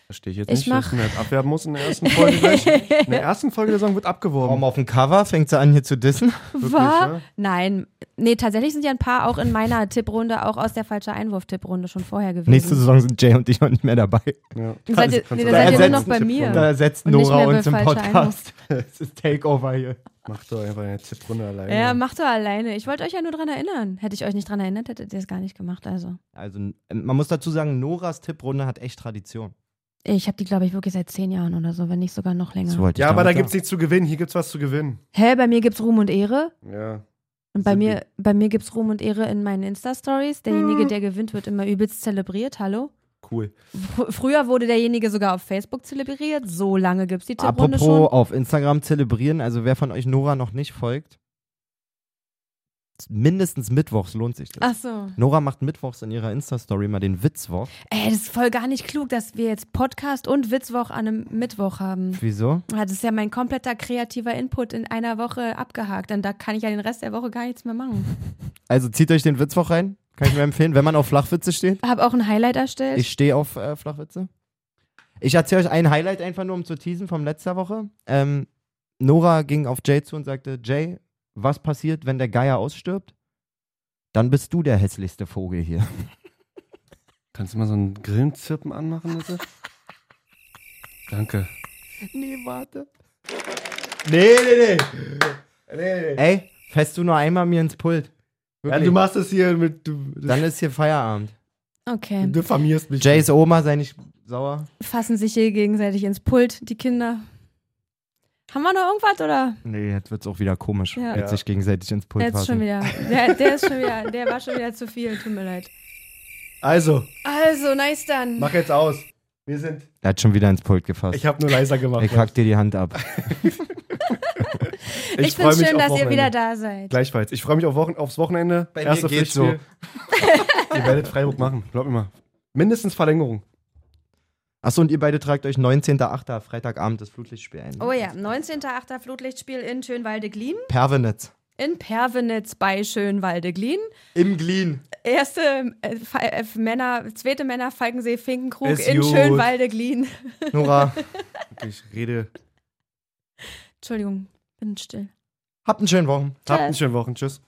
Verstehe ich jetzt
Ich
nicht,
mach-
dass man das abwerben muss in der ersten Folge gleich.
[laughs]
In der ersten Folge der Song wird abgeworben.
Warum auf dem Cover fängt sie an hier
[laughs]
zu dissen?
Wirklich,
War?
ja?
Nein. Nee, tatsächlich sind ja ein paar auch in meiner Tipprunde, auch aus der falsche Einwurf-Tipprunde schon vorher gewesen.
Nächste Saison sind Jay und ich noch nicht mehr dabei.
Ja. Also
Dann seid
Kannst du-
ihr- nee,
kannst
dann
du-
seid ihr nur
ersetzt-
noch bei
Da
mir.
ersetzt
Und nicht
Nora
mehr bei
uns im
falscher
Podcast. [laughs] Es ist Takeover hier.
Mach doch einfach eine Tipprunde alleine.
Ja, macht doch alleine. Ich wollte euch ja nur dran erinnern. Hätte ich euch nicht dran erinnert, hättet ihr es gar nicht gemacht. Also,
Also man muss dazu sagen, Noras Tipprunde hat echt Tradition.
ich habe die, glaube ich, wirklich seit zehn Jahren oder so, wenn nicht sogar noch länger.
ja aber da gibt's nichts zu gewinnen. Hier gibt's was zu gewinnen.
Hä, bei mir gibt's Ruhm und Ehre.
Ja.
Und bei
Sind
mir, bei mir gibt's Ruhm und Ehre in meinen Insta-Stories. Derjenige, der gewinnt, wird immer übelst zelebriert. Hallo?
Cool.
Fr- Früher wurde derjenige sogar auf Facebook zelebriert. So lange gibt's die Tipprunde
Apropos
schon.
auf Instagram zelebrieren, also wer von euch Nora noch nicht folgt, mindestens mittwochs lohnt sich das.
Ach so.
Nora macht mittwochs in ihrer Insta-Story mal den Witzwoch.
Ey, das ist voll gar nicht klug, dass wir jetzt Podcast und Witzwoch an einem Mittwoch haben.
Wieso?
Ja, Das ist ja mein kompletter kreativer Input in einer Woche abgehakt. Dann da kann ich ja den Rest der Woche gar nichts mehr machen.
Also zieht euch den Witzwoch rein, kann ich nur empfehlen, wenn man auf Flachwitze steht.
Hab auch ein Highlight erstellt.
Ich stehe auf äh, Flachwitze. Ich erzähle euch ein Highlight einfach nur, um zu teasen vom letzter Woche. Ähm, Nora ging auf Jay zu und sagte, Jay, was passiert, wenn der Geier ausstirbt? Dann bist du der hässlichste Vogel hier.
Kannst du mal so einen Grillenzirpen anmachen, bitte? [laughs] Danke.
Nee, warte. Nee, nee, nee. Ey, fährst du nur einmal mir ins Pult. Wirklich.
machst das hier mit. Du,
Dann ist hier Feierabend.
okay.
diffamierst mich.
Jays Oma, sei nicht sauer.
Fassen sich hier gegenseitig ins Pult, die Kinder. Haben wir noch irgendwas oder?
Nee, jetzt wird's auch wieder komisch.
Ja.
Jetzt sich gegenseitig ins Pult
Jetzt schon
fassen.
wieder. Der, der ist schon wieder, der war schon wieder zu viel, tut mir leid.
Also,
Also, nice dann.
mach jetzt aus. Wir sind.
Er hat schon wieder ins Pult gefasst.
Ich habe nur leiser gemacht. ne?
ich hack dir die Hand ab.
ich
freu
find's
mich
schön,
auf
dass ihr
Wochenende.
wieder da seid.
Gleichfalls. Ich freue mich auf Wochen, aufs Wochenende.
[laughs] Bei mir
Erste
geht's
Pflichtspiel. Ihr werdet Freiburg machen. Glaub mir mal. Mindestens Verlängerung.
Achso, und ihr beide tragt euch 19.8. Freitagabend das Flutlichtspiel ein.
Oh ja, 19.8. Flutlichtspiel in Schönwalde-Glien.
Pervenitz.
In Pervenitz bei Schönwalde-Glien.
Im Glien.
Erste äh, Fa- äh, Männer, zweite Männer, Falkensee, Finkenkrug
Ist
in
gut.
Schönwalde-Glien. [laughs]
Nora,
Ich rede.
Entschuldigung, bin still.
habt einen schönen Wochen.
Habt einen schönen Wochen. Tschüss.